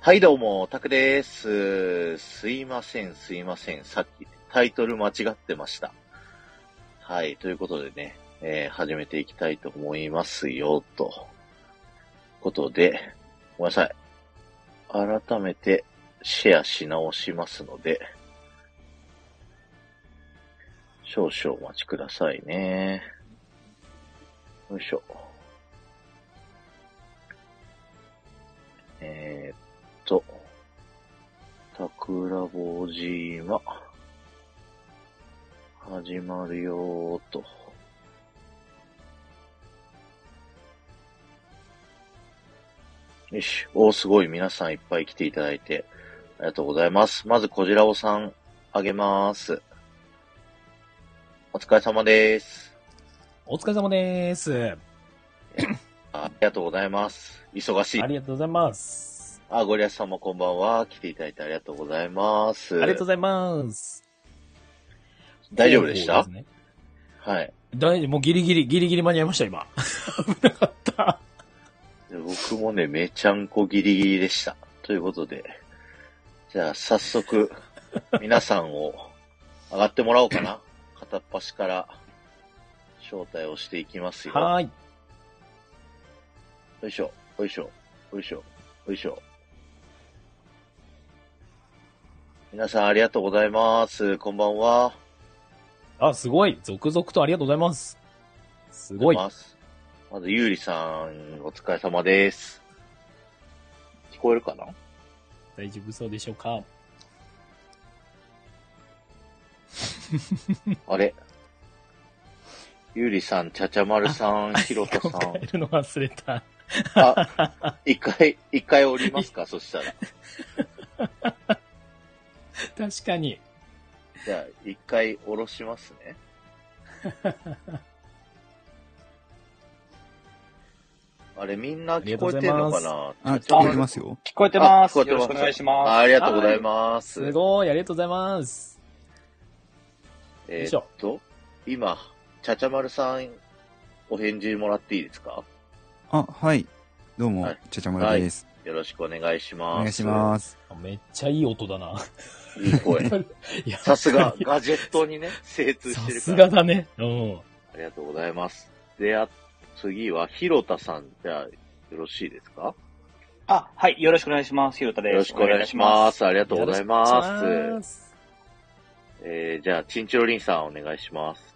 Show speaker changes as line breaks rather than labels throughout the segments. はい、どうも、タクです。すいません、すいません。さっきタイトル間違ってました。はい、ということでね、えー始めていきたいと思いますよ、と。ことで、ごめんなさい。改めてシェアし直しますので、少々お待ちくださいね。よいしょ。えーえっと、桜ぼじま、始まるよーと。よし、おー、すごい、皆さんいっぱい来ていただいて、ありがとうございます。まず、こじらおさん、あげます。お疲れ様です。
お疲れ様です。
あありがとうございます。忙しい
あ。りがとうございます。
あ、ゴリアスさんもこんばんは。来ていただいてありがとうございます。
ありがとうございます。
大丈夫でした
そうすね
はい。
大丈夫、もうギリギリ、ギリギリ間に合いました、今。 危なかった。
で僕もね、めちゃんこギリギリでした。ということで、じゃあ早 速、皆さんを上がってもらおうかな。片っ端から招待をしていきますよ。
はーい。
よいしょ、よいしょ、よいしょ、よいしょ。皆さんありがとうございます。こんばんは。
あ、すごい。続々とありがとうございます。すごい。
まず、ゆうりさん、お疲れ様です。聞こえるか な
大丈夫そうでしょうか
あれゆうりさん、ちゃちゃまるさん、ひろとさ
答えるの忘れた。
ん。あ、一回、一回降りますかそしたら。
確かに。
じゃあ、一回降ろしますね。 あれ、みんな聞こえてんのかな
あ、聞こえてますよ。
聞こえてます。
あ聞こ
よ
えて
ろ
ます
しくお願いし
あ
ま
ありがとうございます。
すごい。ありがとうございます。
えーっと、今、ちゃちゃまるさん、お返事もらっていいですか
あ、はい。どう
は
も
い、
ちゃちゃまるです。
よろしくお願いします。
お願いします。
めっちゃいい音だな。
す。いい声。
いや
さす が、ガジェットにね、精通し
さ
てるか
す
ら。
がだね。うん。
ありがとうございます。で、あ、次は、ひろたさん、じゃあ、よろしいですか
す。あ、はい、よろしくお願いします。ひろたです。
よろしくお願いしま
お
す。ありが
あ
とうございます。
す。
えー、じゃあ、チンチロリンさん、お願いします。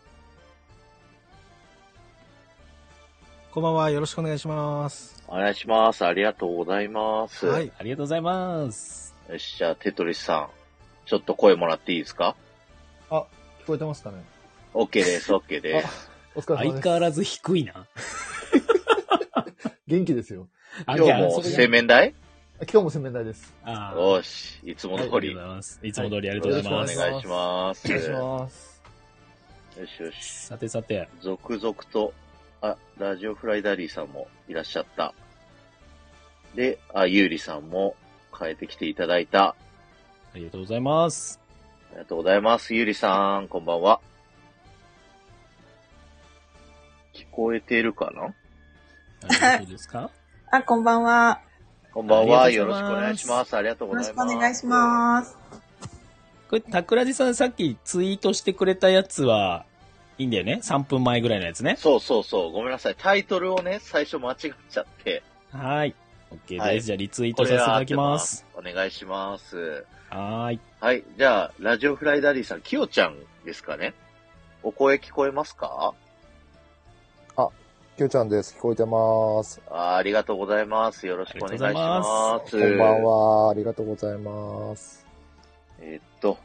こんばんは、よろしくお願いします。
お願いします。ありがとうございます。
はい。
ありがとうございます。
よし、じゃあ、テトリスさん、ちょっと声もらっていいですか
聞こえてますかね
?OK です、OK です。
お疲れ様
相
です。
変わらず低いな。
元気ですよ。
あ
今日
い
も
やそれが
洗面台
今日も洗面台です。
あー
よし、いつも
あり
通
がとう
り、
ご
よ
ざ
ろ
い
し
ます。いつも通りありが
く
とうござい
お
ます。
願いします。
お願いし
よ
ます。
しよし。
さてさて、
続々と、あ、ラジオフライダリーさんもいらっしゃった。で、あ、ゆうりさんも変えてきていただいた。
ありがとうございます。
ありがとうございます。ゆうりさん、こんばんは。聞こえてるかな
ありがとうですか
あ、こんばんは。
こんばんは。
あり
よ
がとう
ろ
ご
し
ざい
く
ま
お願いしま
す
す。ありがとう
よ
ご
ろ
ざ
し
い
くお
ます。
願いします。
これ、桜地さんさっきツイートしてくれたやつは、いいんだよね ?3 分前ぐらいのやつね。
そうそうそう。ごめんなさい。タイトルをね、最初間違っちゃって。
はーい。OK です。
はい
じゃあリツイートさせていただきます。
これは合ってます。お願いします。
はーい。
はい。じゃあ、ラジオフライダリーさん、きよちゃんですかねお声聞こえますか
きょうちゃんです。聞こえてます。
あーありがとうございます。よろしくお願いします。
こんばん。は。ありがとうございます。
えーっと、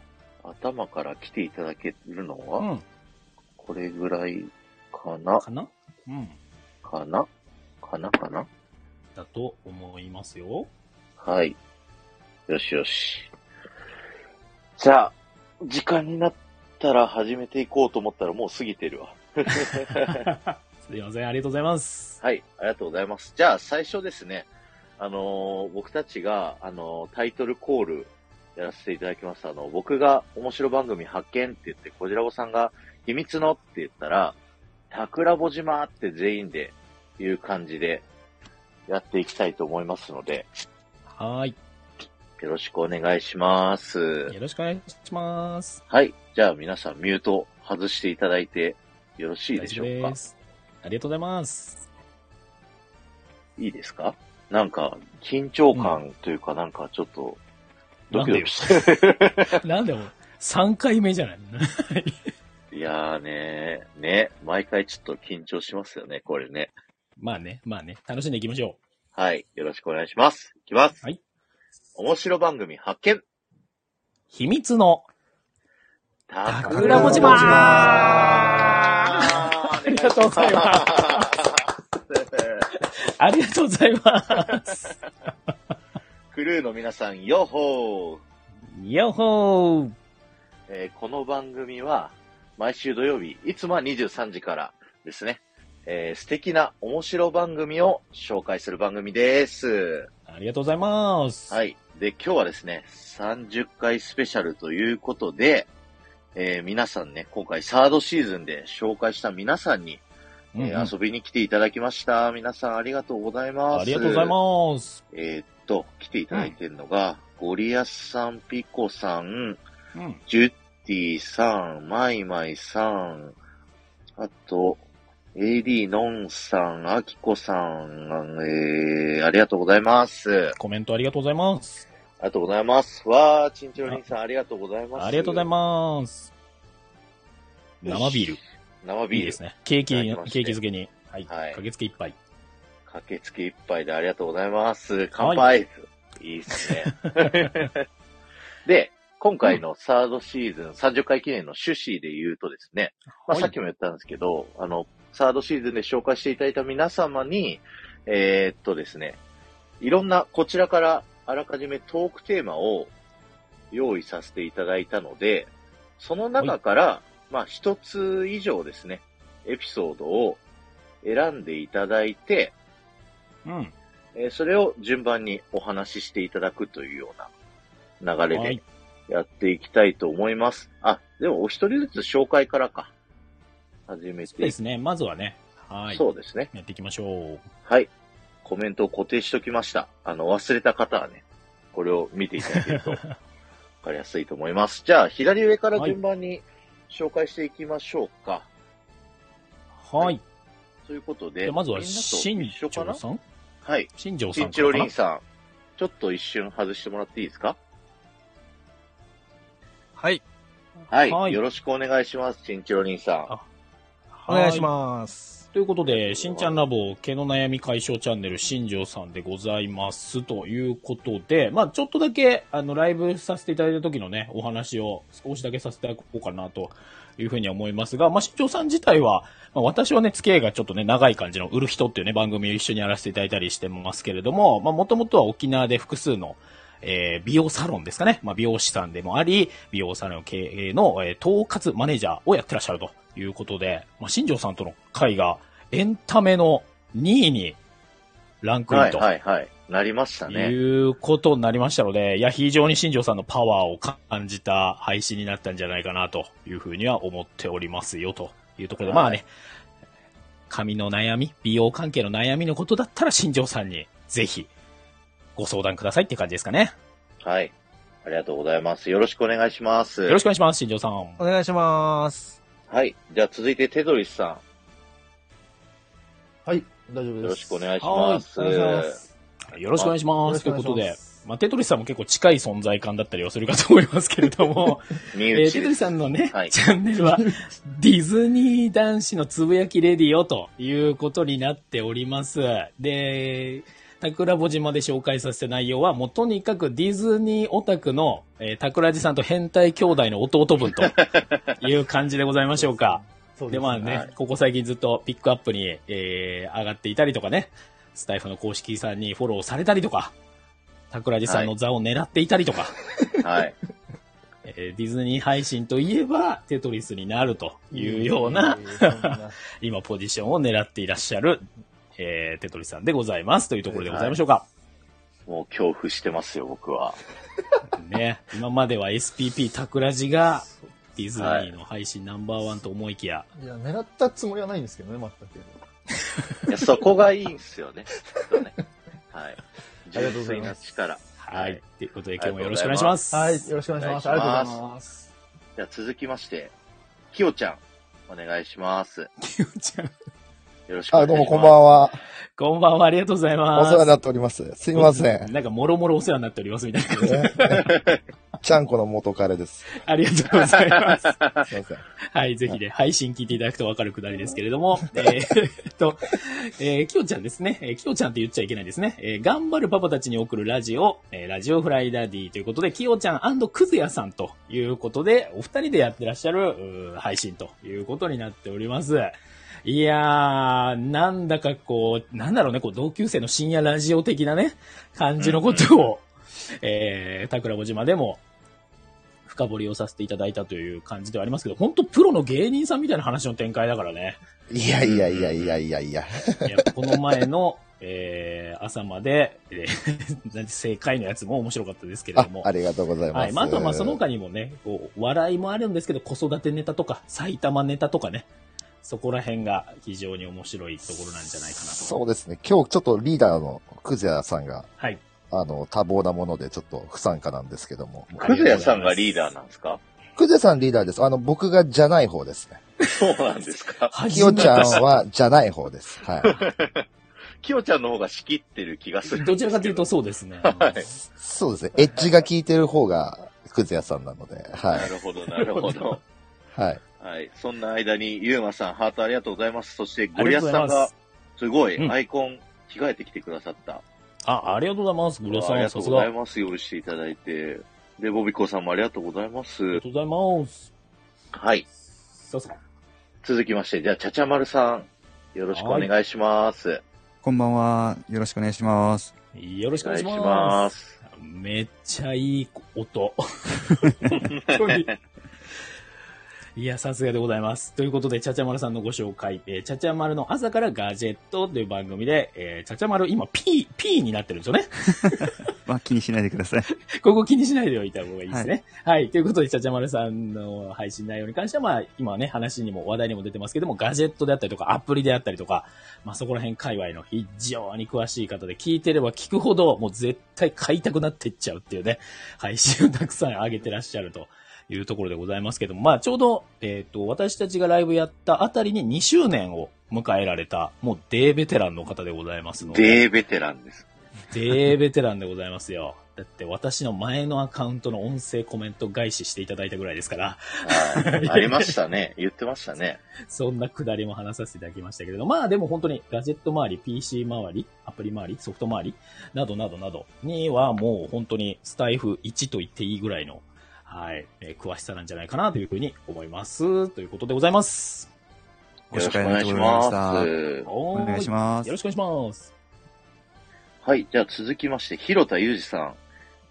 頭から来ていただけるの
う
は、
ん。
これぐらいかな、
かなうん。
かな、かな、かな。
だと思いますよ。
はい。よしよし。じゃあ、時間になったら始めていこうと思ったらもう過ぎてるわ。
すいません。ありがとうございます。
はい、ありがとうございます。じゃあ、最初ですね、あのー僕たちが、あのータイトルコールやらせていただきます。あの、僕が面白番組発見って言って、こじらぼさんが秘密のって言ったら、たくらぼ島って全員で言う感じでやっていきたいと思いますので、
はーい。
よろしくお願いします。
よろしくお願いします。
はい。じゃあ皆さんミュート外していただいてよろしいでしょう
大丈夫
か
です。ありがとうございます。
いいですかなんか、緊張感というか、なんかちょっと、ドキドキして。
なんでも、3回目じゃない
いやーねー、ね、毎回ちょっと緊張しますよね、これね。
まあね、まあね、楽しんでいきましょ
はい。よろしくお願いします。いきます。
はい。
面白番組発見
う。秘密の、
桜
桜
も
餅
ち
ま
ま
ん
あ。
りがとうございますありがとうございます。
クルーの皆さん、ヨッホー、
よっほー
えーこの番組は、毎週土曜日、いつもは23時からですね、えー素敵な面白番組を紹介する番組です。
ありがとうございます。。
はいい。で、今日はですね、30回スペシャルということで、えー皆さんね、今回サードシーズンで紹介した皆さんに、
うんうん
えー遊びに来ていただきました。皆さんありがとうございます。
ありがとうございます。
す。えーっと、来ていただいてるのが、ゴリアスさん、ピコさん、
うん。
ジュッティさん、マイマイさん、あと、AD のんさん、アキコさん、えー、ありがとうございます。
コメントありがとうございます。
ありがとうございます。わー、チンチロリンさん、ありがとうございます。
ありがとうござい
す。
ます。生ビール。
生ビール
いい
で
ですす
ね。
ね。ケーキ、
い
ケ
ただきま
ー
し
キ
て
漬けに。はい。
はい
駆けつけ一杯。
駆けつけ一杯でありがとうございます。乾杯、、
はい
いっす ね。で、今回のサードシーズン、30回記念の趣旨で言うとですね、まあ、
はい
さっきも言ったんですけど、あの、サードシーズンで紹介していただいた皆様に、えーっとですね、いろんな、こちらからあらかじめトークテーマを用意させていただいたので、その中から、まあ、一つ以上ですね、エピソードを選んでいただいて、
うん。
えーそれを順番にお話ししていただくというような流れ
は
で
い。
やっていきたいと思います。あ、でもお一人ずつ紹介からか。始め
そうで
て。
すね。まずはね。はい。
そうですね。
やっていきましょう。
はい。コメントを固定しときました。あの、忘れた方はね、これを見ていただけ るとわかりやすいと思います。じゃあ、左上から順番に紹介していきましょうか。
はい。
ということ
じゃ
で、
あまずは、
みんなと
新
一緒か
庄
な
さん
はい。
新庄さ
チン
んから
チロリンさん、ちょっと一瞬外してもらっていいですか
はい。
はい。
はい
よろしくお願いします、チンチロリンさん。
あ
お願いします。
ということで、しんちゃんラボ、毛の悩み解消チャンネル、新庄さんでございます。ということで、まあちょっとだけ、あの、ライブさせていただいた時のね、お話を少しだけさせていただこうかな、というふうに思いますが、まあ新庄さん自体は、まあ、私はね、付き合いがちょっとね、長い感じの、売る人っていうね、番組を一緒にやらせていただいたりしてますけれども、まあもともとは沖縄で複数の、えー美容サロンですかね。まあ、美容師さんでもあり、美容サロン経営の、えー統括マネージャーをやってらっしゃるということで、まあ、新庄さんとの会がエンタメの2位にランクイ
は
ン
い
と
はいはい。なりましたね。
いうことになりましたので、いや、非常に新庄さんのパワーを感じた配信になったんじゃないかなというふうには思っておりますよというところで、
はい
まあね、髪の悩み、美容関係の悩みのことだったら新庄さんにぜひご相談くださいって感じですかね。
はい。ありがとうございます。よろしくお願いします。
よろしくお願いします、新庄さん。
お願いします。
はい。じゃあ続いてテドリスさ
はい、大丈夫で
ん。
す。
よろしくお願いします。
はいお願いします
よろしくお願いします。ということ
よ
で
ろしくお願いします、
まあ、テトリスさんも結構近い存在感だったりはするかと思いますけれど も、
身
え
内で
ー
す
テトリスさんのね、
はい
チャンネルは、ディズニー男子のつぶやきレディオということになっております。で、桜ボ島で紹介させた内容は、もうとにかくディズニーオタクの、えー、桜地さんと変態兄弟の弟分という感じでございましょうか。
そう
で、
す
まあね、
はい
ここ最近ずっとピックアップに、えー、上がっていたりとかね、スタイフの公式さんにフォローされたりとか、桜地さんの座を狙っていたりとか、
はい。
えーディズニー配信といえばテトリスになるというような、
えーそんな
今ポジションを狙っていらっしゃる、えーテトリスさんでございますというところでございましょうか。
もう恐怖してますよ、僕は。
ね、今までは SPP 桜地が、ディズニーの配信ナンバーワンと思いきや、
いや、狙ったつもりはないんですけどね、全く。
いや、そこがいいんすよね。きっとね。はい。
ありがとうご
純
ざ
粋
い
な
ます
力。
ははい。ということで、今日もよろしくお願いします。
はい、よろしくお願いします。ありがとうございます。
じゃあ続きまして、きよちゃん、お願いします。
きよちゃん
よろしくお願
あ、
いし
ど
ま
う
す。
もこんばんは。
こんばんは、ありがとうござい
お
ます。
世話になっております。すいません。
なんか、もろもろお世話になっております、みたいな感じで。
ちゃんこの元彼です。
ありがとうございます。
すいません。
はい、ぜひね、配信聞いていただくとわかるくだりですけれ ども、えーっと、えー、きよちゃんですね、えー、きよちゃんって言っちゃいけないですね、えー、頑張るパパたちに送るラジオ、えー、ラジオフライダディということで、きよちゃんくずやさんということで、お二人でやってらっしゃる、うー配信ということになっております。いやー、なんだかこう、なんだろうね、こう、同級生の深夜ラジオ的なね、感じのことを、えー、桜子島でも、深掘りをさせていただいたという感じではありますけど、本当プロの芸人さんみたいな話の展開だからね。
いやいやいやいやいやいや。
いやこの前の、 えー、朝まで、えー なんて正解のやつも面白かったですけれ
あ
ど、も
あ。りがとうございます。
はい。まあ、あとはまあ、その他にもね、こう、笑いもあるんですけど、子育てネタとか、埼玉ネタとかね、そこら辺が非常に面白いところなんじゃないかなと。
そうですね。今日ちょっとリーダーのクゼヤさんが、
はい。
あの、多忙なものでちょっと不参加なんですけども。
くずやさんがリーダーなんですか
クゼヤさんリーダーです。あの、僕がじゃない方ですね。
そうなんですか。
きよちゃんはじゃない方です。はい。
きよちゃんの方が仕切ってる気がする。
どちらかというと、そうで すね。
そうですね。エッジが効いてる方がクゼヤさんなので。は
なるほど、なるほど。
い。はい。
はい。そんな間に、ゆうまさん、ハートありがとうございます。そして、
あ
ゴ
り
リ
が
ア
と
ス
うござ
さ
い
ん
ま
が
す。、
すご
う
い、
ん
アイコン、着替えてきてくださった。
あ、ありがとうございます。グロさ
あ
ん、
り
さ
が
す
とうご
が。
ざいます。用意していただいて。で、ボビコさんもありがとうございま
あり
す
が。とうございます。
はい。
さあさあ
続きまして、じゃあ、ちゃちゃまるさん、よろしくお願いします。
こんばんは。よろしくお願いします。
よろしくお願いし
お
ます。
す。
めっちゃいい 音。本当に。いや、さすがでございます。ということで、ちゃちゃまるさんのご紹介、えー、ちゃちゃまるの朝からガジェットという番組で、えー、ちゃちゃまる今 P、P になってるんですよね。
まあ、気にしないでください。
ここ気にしないでおいた方がいいですね。はい。ということで、ちゃちゃまるさんの配信内容に関しては、まあ、今ね、話にも話題にも出てますけども、ガジェットであったりとか、アプリであったりとか、まあ、そこら辺界隈の非常に詳しい方で、聞いてれば聞くほど、もう絶対買いたくなってっちゃうっていうね、配信をたくさん上げてらっしゃると。いうところでございますけども、まあちょうど、えっ、と、私たちがライブやったあたりに2周年を迎えられた、もうデーベテランの方でございますので。
デーベテランです。
デーベテランでございますよ。だって私の前のアカウントの音声コメント返ししていただいたぐらいですから、
はい。ありましたね。 言ってましたね。
そんなくだりも話させていただきましたけれど、まあでも本当にガジェット周り、PC 周り、アプリ周り、ソフト周り、などなどなどにはもう本当にスタイフ1と言っていいぐらいの、はい、えー詳しさなんじゃないかなというふうに思います。ということでございます。
よろしくお
あ
願い
りがと
し
うございま
ま
した
す。
お
お願いし
ま
ます
よ。ろしくお願いします。
はい。じゃあ続きまして、広田裕二さん。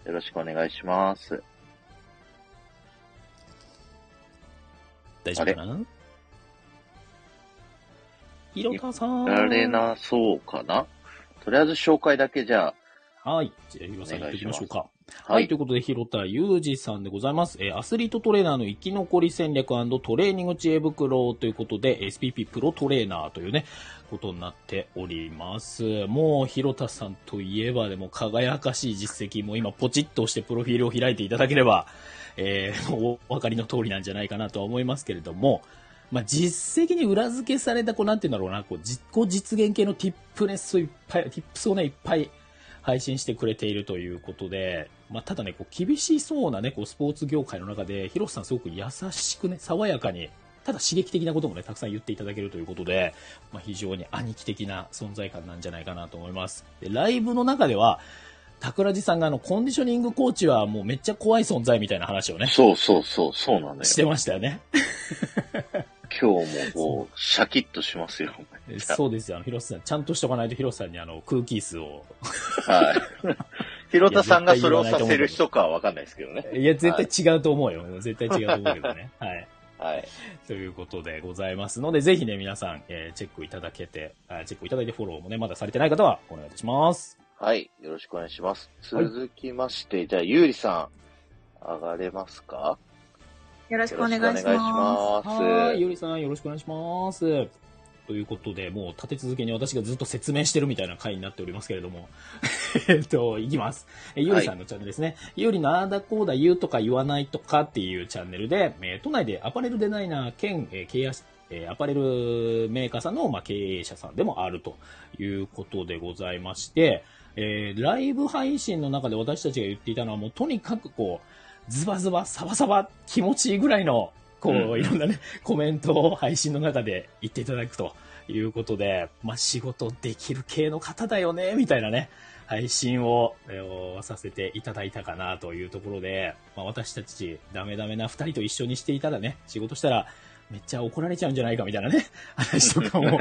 よろしくお願いします。
大丈夫かなひろかさん。
やられなそうかなとりあえず紹介だけじゃ
はい。じゃあ、ヒロさんやっていきましょうか。
あ。
はい、ということで、広田裕二さんでございます。えーアスリートトレーナーの生き残り戦略トレーニング知恵袋ということで、SPP プロトレーナーというね、ことになっております。もう、広田さんといえば、でも、輝かしい実績も今、ポチッと押してプロフィールを開いていただければ、えーもうお分かりの通りなんじゃないかなとは思いますけれども、まあ、実績に裏付けされた、こう、なんて言うんだろうな、こう、実行実現系のティップネスをいっぱい、ティップスをね、いっぱい配信してくれているということで、まあ、ただね、こう厳しそうなね、こうスポーツ業界の中で、広瀬さんすごく優しくね、爽やかに、ただ刺激的なこともね、たくさん言っていただけるということで、まあ、非常に兄貴的な存在感なんじゃないかなと思います。で、ライブの中では、桜地さんがあの、コンディショニングコーチはもうめっちゃ怖い存在みたいな話をね、
そうそうそう、そうなんだ
して
よ。
ましたよね。
今日もこう、シャキッとしますよ。
えそうですよ、あの、広瀬さん、ちゃんとしとかないと広瀬さんにあの、空気椅子を。
はい。 広田さんがそれをさせる人かはわかんないですけどね。
いや、絶対違うと思うよ。絶対違うと思うけ どね。はい。
はい。
ということでございますので、ぜひね、皆さん、えーチェックいただけて、あーチェックいただいてフォローもね、まだされてない方はお願いいたします。
はい。よろしくお願いします。続きまして、じゃあ、ゆうりさん、上がれます か
よろしくお願いし
よろしくお願いし
ま
ます
はい。ゆりさん、よろしくお願いします。ということで、もう立て続けに私がずっと説明してるみたいな回になっておりますけれども。 えっと、いきます。えーゆうりさんのチャンネルですね。ゆうりのあーだこうだ言うとか言わないとかっていうチャンネルで、えー都内でアパレルデザイナー兼、えー経営者えーアパレルメーカーさんの、まあ、経営者さんでもあるということでございまして、えーライブ配信の中で私たちが言っていたのは、もうとにかくこう、ズバズバ、サバサバ、気持ちいいぐらいの、こう、
うん
いろんなね、 コメントを配信の中で言っていただくということで、まあ、仕事できる系の方だよね、みたいなね、配信を、えーさせていただいたかなというところで、まあ、私たちダメダメな二人と一緒にしていたらね、仕事したらめっちゃ怒られちゃうんじゃないかみたいなね、 話とかも、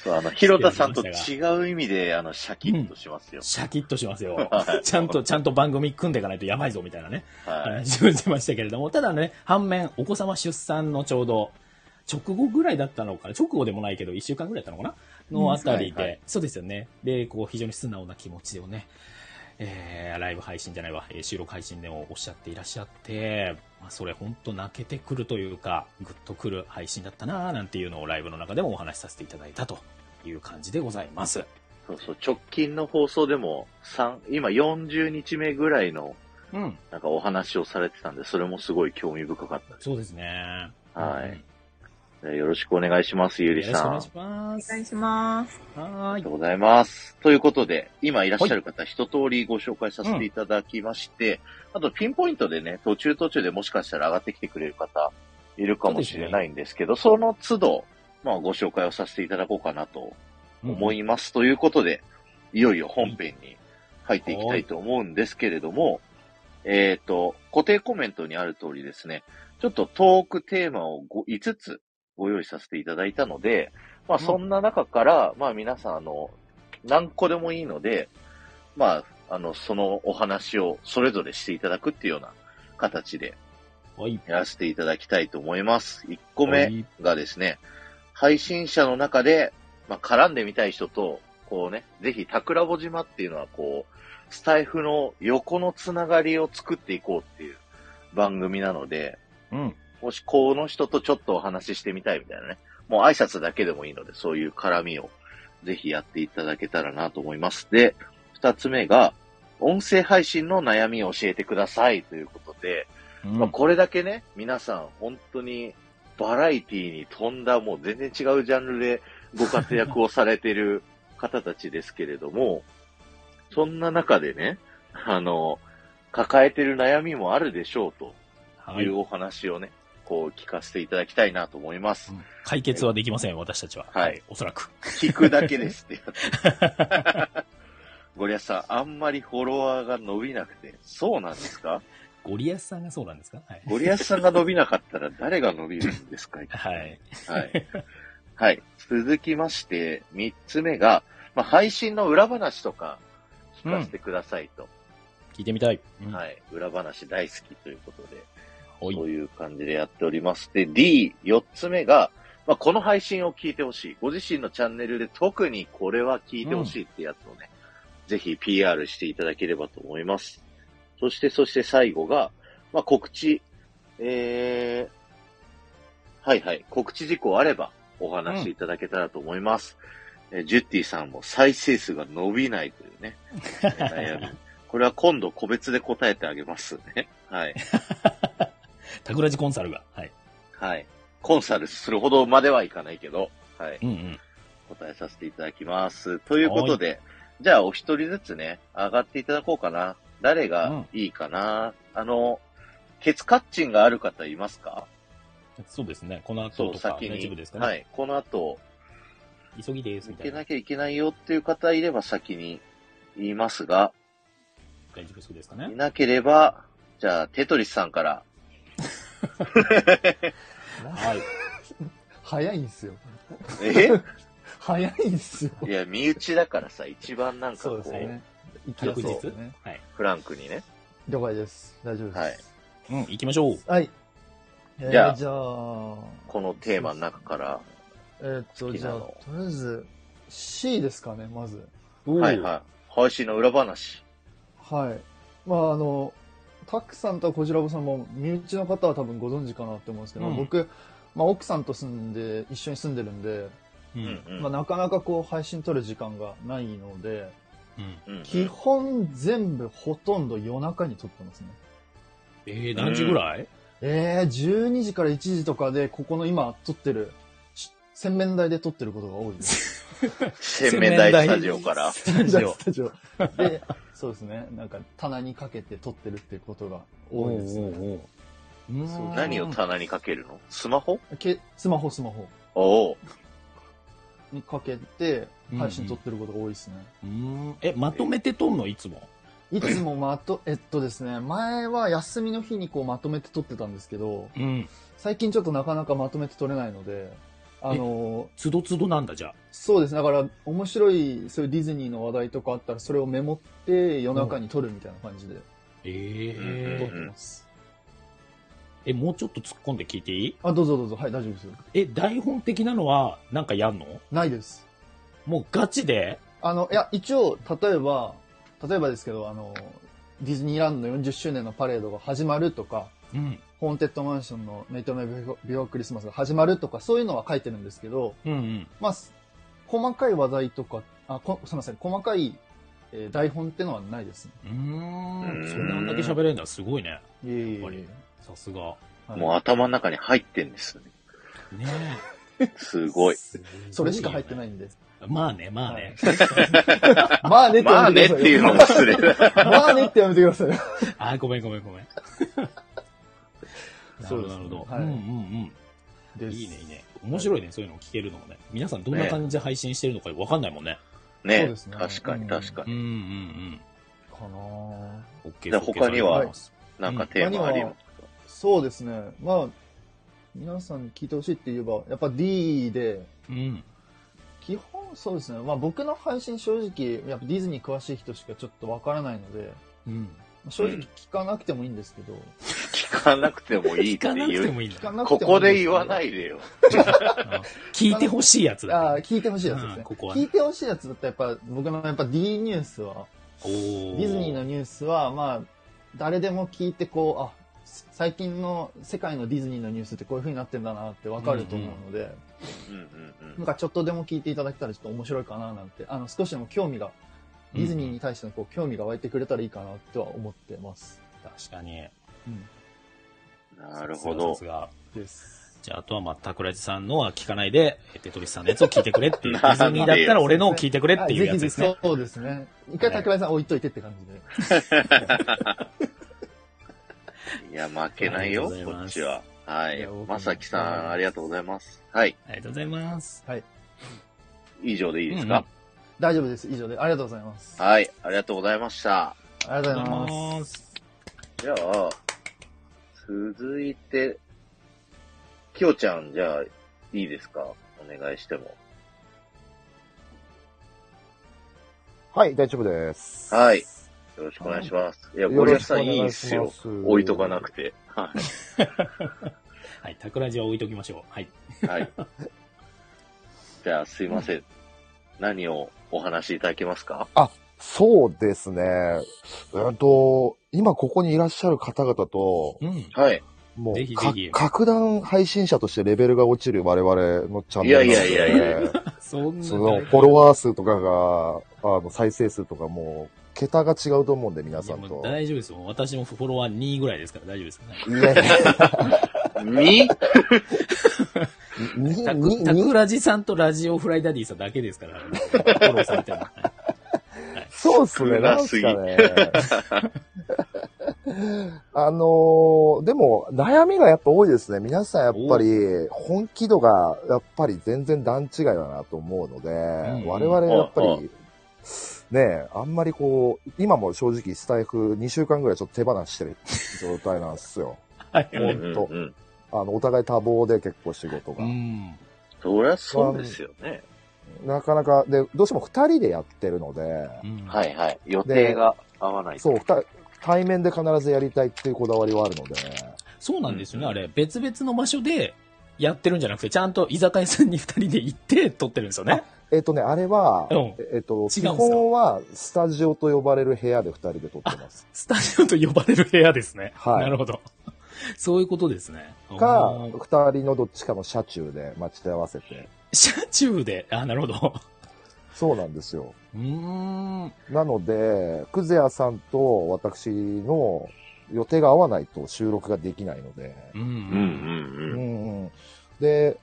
そう、あの、広田さんと違う意味で、あの、シャキッとしますよ。
シャキッとしますよ
はい。
ちゃんと、ちゃんと番組組んでいかないとやばいぞみたいなね、
はい。
話をしてましたけれども、ただね、反面、お子様出産のちょうど、直後ぐらいだったのかな直後でもないけど、1週間ぐらいだったのかなのあたりで、
うんはいは
そうですよね。で、こう、非常に素直な気持ちをね、えー、ライブ配信じゃないわ、えー収録配信でもおっしゃっていらっしゃって、まあ、それ本当泣けてくるというか、ぐっとくる配信だったなぁなんていうのをライブの中でもお話しさせていただいたという感じでございます。
そうそう、直近の放送でも、三今40日目ぐらいの、
うん。
なんかお話をされてたんで、それもすごい興味深かったで
そうですね。
はいす。よろしくお願いします、ゆ
うん。
り
よろしくお
さん。
願
あ
いしま
お願い
す。
します。
はー
り
い
がと。うございます。ということで、今いらっしゃる方、一通りご紹介させていただきまして、あとピンポイントでね、途中途中でもしかしたら上がってきてくれる方、いるかもしれないんですけど、その都度、まあご紹介をさせていただこうかなと思います。ということで、いよいよ本編に入っていきたいと思うんですけれども、えっ、と、固定コメントにある通りですね、ちょっとトークテーマをご5つご用意させていただいたので、まあそんな中から、まあ皆さん、あの、何個でもいいので、まあ、あの、そのお話をそれぞれしていただくっていうような形で
はい。
やらせていただきたいと思います。1個目、
はい
がですね、配信者の中で、まあ、絡んでみたい人と、こうね、ぜひ桜穂島っていうのはこう、スタイフの横のつながりを作っていこうっていう番組なので、
うん。
もしこの人とちょっとお話ししてみたいみたいなね、もう挨拶だけでもいいので、そういう絡みをぜひやっていただけたらなと思います。で、二つ目が、音声配信の悩みを教えてくださいということで、まあ、これだけね、皆さん本当にバラエティに富んだもう全然違うジャンルでご活躍をされてる方たちですけれども、そんな中でね、あの、抱えてる悩みもあるでしょうと
はいい。
うお話をね、こう聞かせていただきたいなと思います。
解決はできません、私たちは。
はい。
おそらく。
聞くだけですってやつ。 ゴリアスさん、あんまりフォロワーが伸びなくて、そうなんですか
ゴリアスさんがそうなんですかはい。
ゴリアスさんが伸びなかったら誰が伸びるんですか
はい。
はい。はい。続きまして、三つ目が、まあ、配信の裏話とか聞かせてくださいと。
聞いてみたい。うん
はい。裏話大好きということで、
おい
そういう感じでやっております。で、D、四つ目が、まあ、この配信を聞いてほしい。ご自身のチャンネルで特にこれは聞いてほしいってやつをね、ぜひ PR していただければと思います。そして、そして最後が、まあ、告知、えー、はいはい、告知事項あればお話しいただけたらと思います。えージュッティさんも再生数が伸びないというね、えー悩み。これは今度個別で答えてあげますね。はい。
タクラジコンサルが。はい。
はい。コンサルするほどまではいかないけど、はい。
うんうん。
答えさせていただきます。ということで、じゃあお一人ずつね、上がっていただこうかな。誰がいいかな。あの、ケツカッチンがある方いますか
そうですね。この
そ
後
う、
とか
先
大丈夫
に
です。かね。
はい。この後、
急ぎですみ
行
た
け
いな。
なきゃいけないよっていう方いれば先に言いますが、
大丈夫そうですか
い
ね。
なければ、じゃあ、テトリスさんから。
はい。
早いんすよ。
え
早いんすよ。
いや、身内だからさ、一番なんかこう、
ね。
行けそう
翌日
ね
フランクにね。
了解です。大丈夫です。
うん、行きましょう。
はい。えー
じゃあ
じゃあ、
このテーマの中から。
えーっと、
好き
じ
な
ゃあ、
の
とりあえず、C ですかね、まず。
はいはい。配信の 裏話。
はい。まあ、あの、タックさんとこじらぼさんも、身内の方は多分ご存知かなって思うんですけど、
うん
僕、まあ、奥さんと住んで、一緒に住んでるんで、
う。
うんん。
まあ、なかなかこう配信撮る時間がないので、
うん。
うん
基本全部ほとんど夜中に撮ってますね。
えー、何時ぐらい、
えー、12時から1時とかで、ここの今撮ってる、し洗面台で撮ってることが多いです。
洗面台スタジオから。
スタジオ。スタジオ。 で、そうですね。なんか棚にかけて撮ってるっていうことが多いですね。
おうおうおう
そう
何を棚にかけるのスマホ
けスマホ、スマホ
おお。
にかけて、配信撮ってることが多いですね。
うん。え、まとめて撮んのいつも。
いつもま と、えっとですね、前は休みの日にこうまとめて撮ってたんですけど、
うん。
最近ちょっとなかなかまとめて撮れないので、あの、
つどつどなんだ、じゃあ。
そうですね、だから面白い、そういうディズニーの話題とかあったら、それをメモって夜中に撮るみたいな感じで
え
撮
う
っ
ん
え
てます。
え、もうちょっと突っ込んで聞いていい
あ、どうぞどうぞ、はい、大丈夫ですよ。
え、台本的なのは、なんかやんの
ないです。
もうガチで
あの、いや、一応、例えば、例えばですけど、あの、ディズニーランドの40周年のパレードが始まるとか、
うん。
ホーンテッドマンションのメイトメイビフォークリスマスが始まるとか、そういうのは書いてるんですけど、
うんうん。
まあ、す細かい話題とか、あ、こすみません、細かい、えー台本ってのはないですね。
うー。
うんん
そんなんだけ喋れるんだ。すごいね。
いえい
やっぱ
え
り。さすが。
はい
もう頭の中に入ってんですよね。
ね
す
え。。
ごい。。
それしか入ってないいんで。
まあね、まあね。
まあねって
ま
や
あ
め
ね
て
って
ください。
いうのも失礼だ。
まあねってやめてください。
あー、ごめんごめんご めん。なるほど、なるほど。
はい
うんうんうん。
です
いいね、いいね。面白いね、そういうの聞けるのもね。皆さんどんな感じで配信してるのかわかんないもんね。
そう
ね
ですね
確かに確か
う
に。
んうんうん。
かなぁ
オッ
じ
ケー
ゃあ他には
オッケーです
なんかテーマありますか
そうですね。まあ、皆さんに聞いてほしいって言えば、やっぱ D で、
うん。
基本そうですね。まあ僕の配信正直、やっぱディズニー詳しい人しかちょっとわからないので、
うん。
正直聞かなくてもいいんですけど、
聞かなくてもいいって
聞かなく
い
て
う。
もいいん
聞
だ
か。なくてもいいんすけど
ここで言わないでよ。
聞いてほしいやつだ
あ
ね。
ー聞いてほしいやつです
う
ね
ん。ここはね
聞いてほしいやつだったらやっぱ、僕のやっぱ D ニュースは、
おー
ディズニーのニュースは、まあ、誰でも聞いてこう、あ、最近の世界のディズニーのニュースってこういう風になってんだなってわかると思うので、
うんうん
なんかちょっとでも聞いていただけたらちょっと面白いかななんて、あの、少しでも興味が、ディズニーに対してのこう興味が湧いてくれたらいいかなとは思ってます。
確かに。
うん。なるほど
さす。が。
です。
じゃあ、あとは、まあ、桜地さんのは聞かないで、テトリスさんのやつを聞いてくれっていう。ディズニーだったら俺のを聞いてくれっていうやつです
あぜ
ね。
ひぜひそうですね。一回桜井さん置いといてって感じで。
いや、負けないよ、
ありがとうござい
こ
ま
っ
す
ちは。はいい
や僕。も
まさきさん、ありがとうございます。はい。
ありがとうございます。
以上でいいです
うん
か
うん
大丈夫です。以上で。ありがとうございます。
はい。ありがとうございました。
あり
あ
が
り
と
が
う
とう
ござ
ご
い
ざい
ま
ます。
じゃあ、続いて、きよちゃん、じゃあ、いいですかお願いしても。
はい、大丈夫です。
はい。よろしくお願いします。いや、ゴリアスさんいいんすよ。
す。置
置いとかなくて。は
はい、桜地は置いときましょう。はい。
い。 はい。じゃあ、すいません。何をお話しいただけますか
そうですね。うんと、今ここにいらっしゃる方々と、
うん。
はい。
も
ぜひ
う
ぜ
か
ひ、
格段配信者としてレベルが落ちる我々のチャンネル
いやいやいやい
や。
そんな
そのフォロワー数とかが、あの、再生数とかもう、桁が違うと思うんで、皆さん
いやもう
と。
大丈夫ですよ。私もフォロワー2位ぐらいですから大丈夫です。
いやいや
に
にに
タクタクラジさんとラジオフライダディさんだけですから、フォローされても。
そうっすね、
少
な
なんす
す
ぎ
かね。あのーでも、悩みがやっぱ多いですね。皆さんやっぱり、本気度がやっぱり全然段違いだなと思うので、
ん
我々やっぱ
うん
り、ねえ、あんまりこう、今も正直スタイフ2週間ぐらいちょっと手放してる状態なんですよ。
はい。
ほんと
うんうんうん。
あの、お互い多忙で結構仕事が。
うん。
そりゃそうですよね。
なかなか、で、どうしても2人でやってるので、
うん
はいはい。予定が合わない。
そう、ふた対面で必ずやりたいっていうこだわりはあるので、
そうなんですよね、
うん
あれ。別々の場所でやってるんじゃなくて、ちゃんと居酒屋さんに2人で行って撮ってるんですよね。
えっ、とね、あれは、
うん
えっ、と、
す
基
か
本はスタジオと呼ばれる部屋で二人で撮ってます。
スタジオと呼ばれる部屋ですね。
はい
なるほど。 そういうことですね。
か
う、ん
二人のどっちかの車中で待ち合わせて
車中で。あ、なるほど。
そうなんですよ。
うーん。
なので、クゼアさんと私の予定が合わないと収録ができないので。
う。
うんうん
うんんうん。で、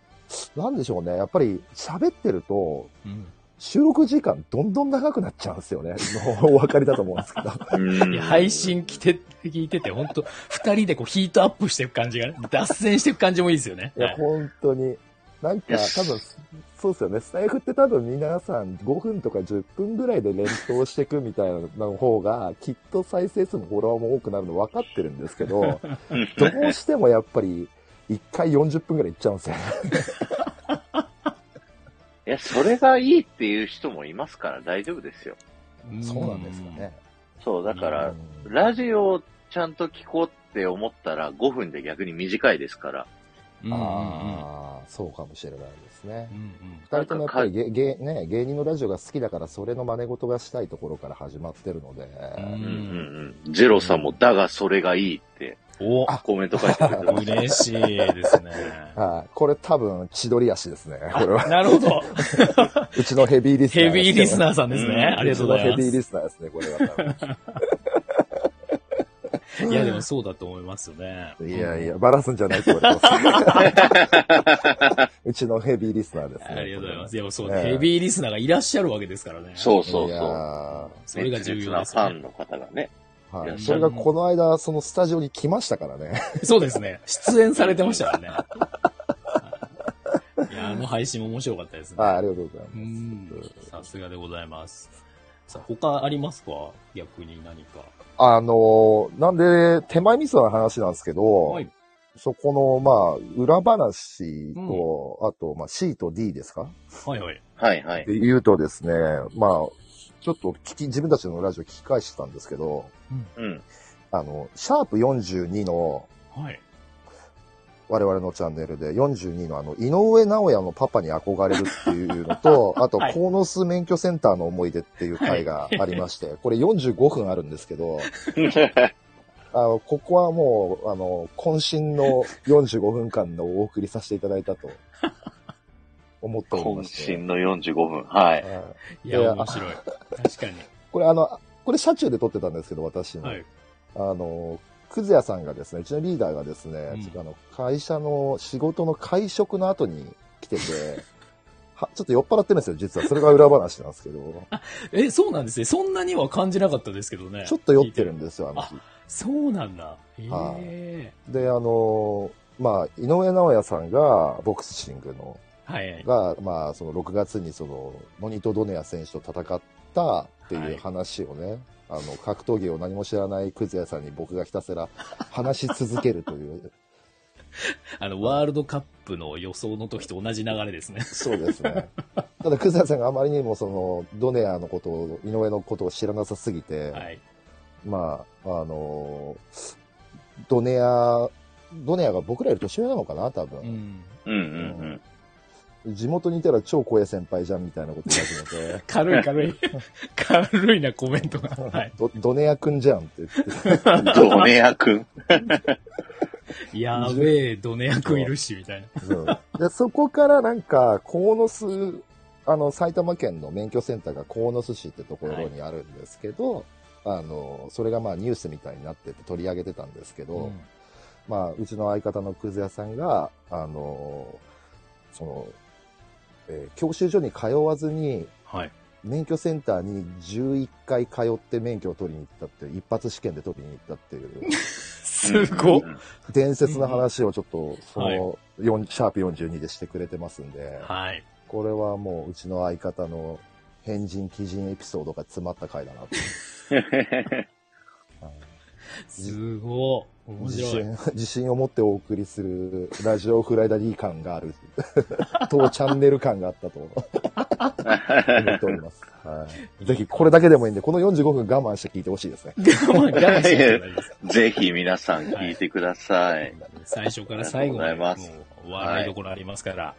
なんでしょうね。やっぱり喋ってると、
うん。
収録時間どんどん長くなっちゃうんですよね。 もうお分かりだと思うんですけど。
うん。うん
いや、配。信来て、聞いてて、本当二人でこうヒートアップしていく感じがね、脱線していく感じもいいですよね。
いや、本当に。なんか、多分、そうですよね。スタイフって多分皆さん5分とか10分ぐらいで連投していくみたいなの方が、きっと再生数もフォロワーも多くなるの分かってるんですけ ど、ど うしてもやっぱり、1回40分ぐらいいっちゃうんですよね。
いや、それがいいっていう人もいますから大丈夫ですよ。
そうなんですかね。
そう、だか
う
ら、
うん
ラジオをちゃんと聞こうって思ったら5分で逆に短いですから。
うん。うんうん
ああ、そうかもしれないですね
う。ん。
二人ともやっぱり芸芸、ね、芸人のラジオが好きだから、それの真似事がしたいところから始まってるので、
うんう
うんう
ん。
んうん。ゼロさんも、だがそれがいいって
お、
コメント書いてくれてました。
嬉しいですね。
はい。これ多分、千鳥足ですね。これは。
なるほど。
うちのヘビーリスナー。
ヘビーリスナーさんです
うん
ね。ありがとうござい
ちのヘビー
ま
リスナーですね、これは多
す。いや、でもそうだと思いますよね。
分。いやいや、バラすんじゃないって言われてます。うちのヘビーリスナーですね。
ありがとうございます。いや、そう、
ね
ヘビーリスナーがいらっしゃるわけですからね。
そ
こ
うそう
れは
そう。
それが重要です
熱烈な
よ
ファ
ね。
ンの方がね。
いやー
い
は
や
い。それがこの間、そのスタジオに来ましたからね。
そうですね。出演されてましたからね。 はいいや、あの配信も面白かったですね。
はい、ありがとうございうま
ん
す。
さすがでございます。さあ、他ありますか逆に何か。
あのーなんで、手前味噌の話なんですけど、
はい。
そこの、まあ、裏話と、あと、まあ、C と D ですか
はいはい。
はいはい
っ。て言うとですね、まあ、ちょっと聞き、自分たちのラジオ聞き返してたんですけど、
うん。
あの、シャープ42の
はい。
我々のチャンネルで42のあの、井上直弥のパパに憧れるっていうのと、あと、
はい
鴻巣免許センターの思い出っていう回がありまして、これ45分あるんですけ ど、あの、ここはもう、あの、渾身の45分間のお送りさせていただいたと思っておりまして。
渾身の45分。はい。
はい
い
い
や、
や
面白い。確かに。
これあの、これ車中で撮ってたんですけど、私の。
はい。
あの、くずやさんがですね、うちのリーダーがですね、
うん
あの会社の仕事の会食の後に来 てて、はちょっと酔っ払ってるんですよ、実は。それが裏話なんですけ ど、
え、そうなんですね。そんなには感じなかったですけどね。
ちょっと酔ってるんですよ、あの
あ
日。
そうなんだ。へえ。
で、あの、まあ、井上尚弥さんが、ボクシングの、
はいはい。
が、まあ、その6月にその、ノニト・ドネア選手と戦ったっていう話をね、あの、格闘技を何も知らないくずやさんに僕がひたすら話し続けるという、
あの、ワールドカップの予想の時と同じ流れですね。
そうですね。ただ、クズヤさんがあまりにも、その、ドネアのことを、井上のことを知らなさすぎて、
はい。
まあ、あのードネア、ドネアが僕らより年上なのかな、多
う
分。
ん。。
うん うん
地元にいたら超怖い先輩じゃん、みたいなこと言い始めて
軽い軽い。軽いなコメントが。はい。
ドドネアくんじゃんって言って
うん。ドネア君。
やべえ、ドネア君いるし、みたいな。
でそこからなんか、鴻巣、あの、埼玉県の免許センターが鴻巣市ってところにあるんですけど、あの、それがまあニュースみたいになってて取り上げてたんですけど、
うん
まあ、うちの相方のくず屋さんが、あのーその、えー教習所に通わずに、
はい。
免許センターに11回通って免許を取りに行ったっていう、一発試験で取りに行ったっていう、
すごっ
うんうんうん
伝説の話をちょっと、そ
はい
の、四シャープ42でしてくれてますんで、
はい。
これはもううちの相方の変人、奇人エピソードが詰まった回だなって。
すごい。面
自
白い。
信、 自信を持ってお送りする、ラジオフライダリー感がある。 当チャンネル感があったと 思っております。はい。ぜひ、これだけでもいいんで、この45分我慢して聞いてほしい ですね。
我慢、我慢しなきゃ大丈夫です
ぜひ皆さん聞いてください。
最初から最後ま
あ
で、
りがとうございます
もう笑いどころありますから。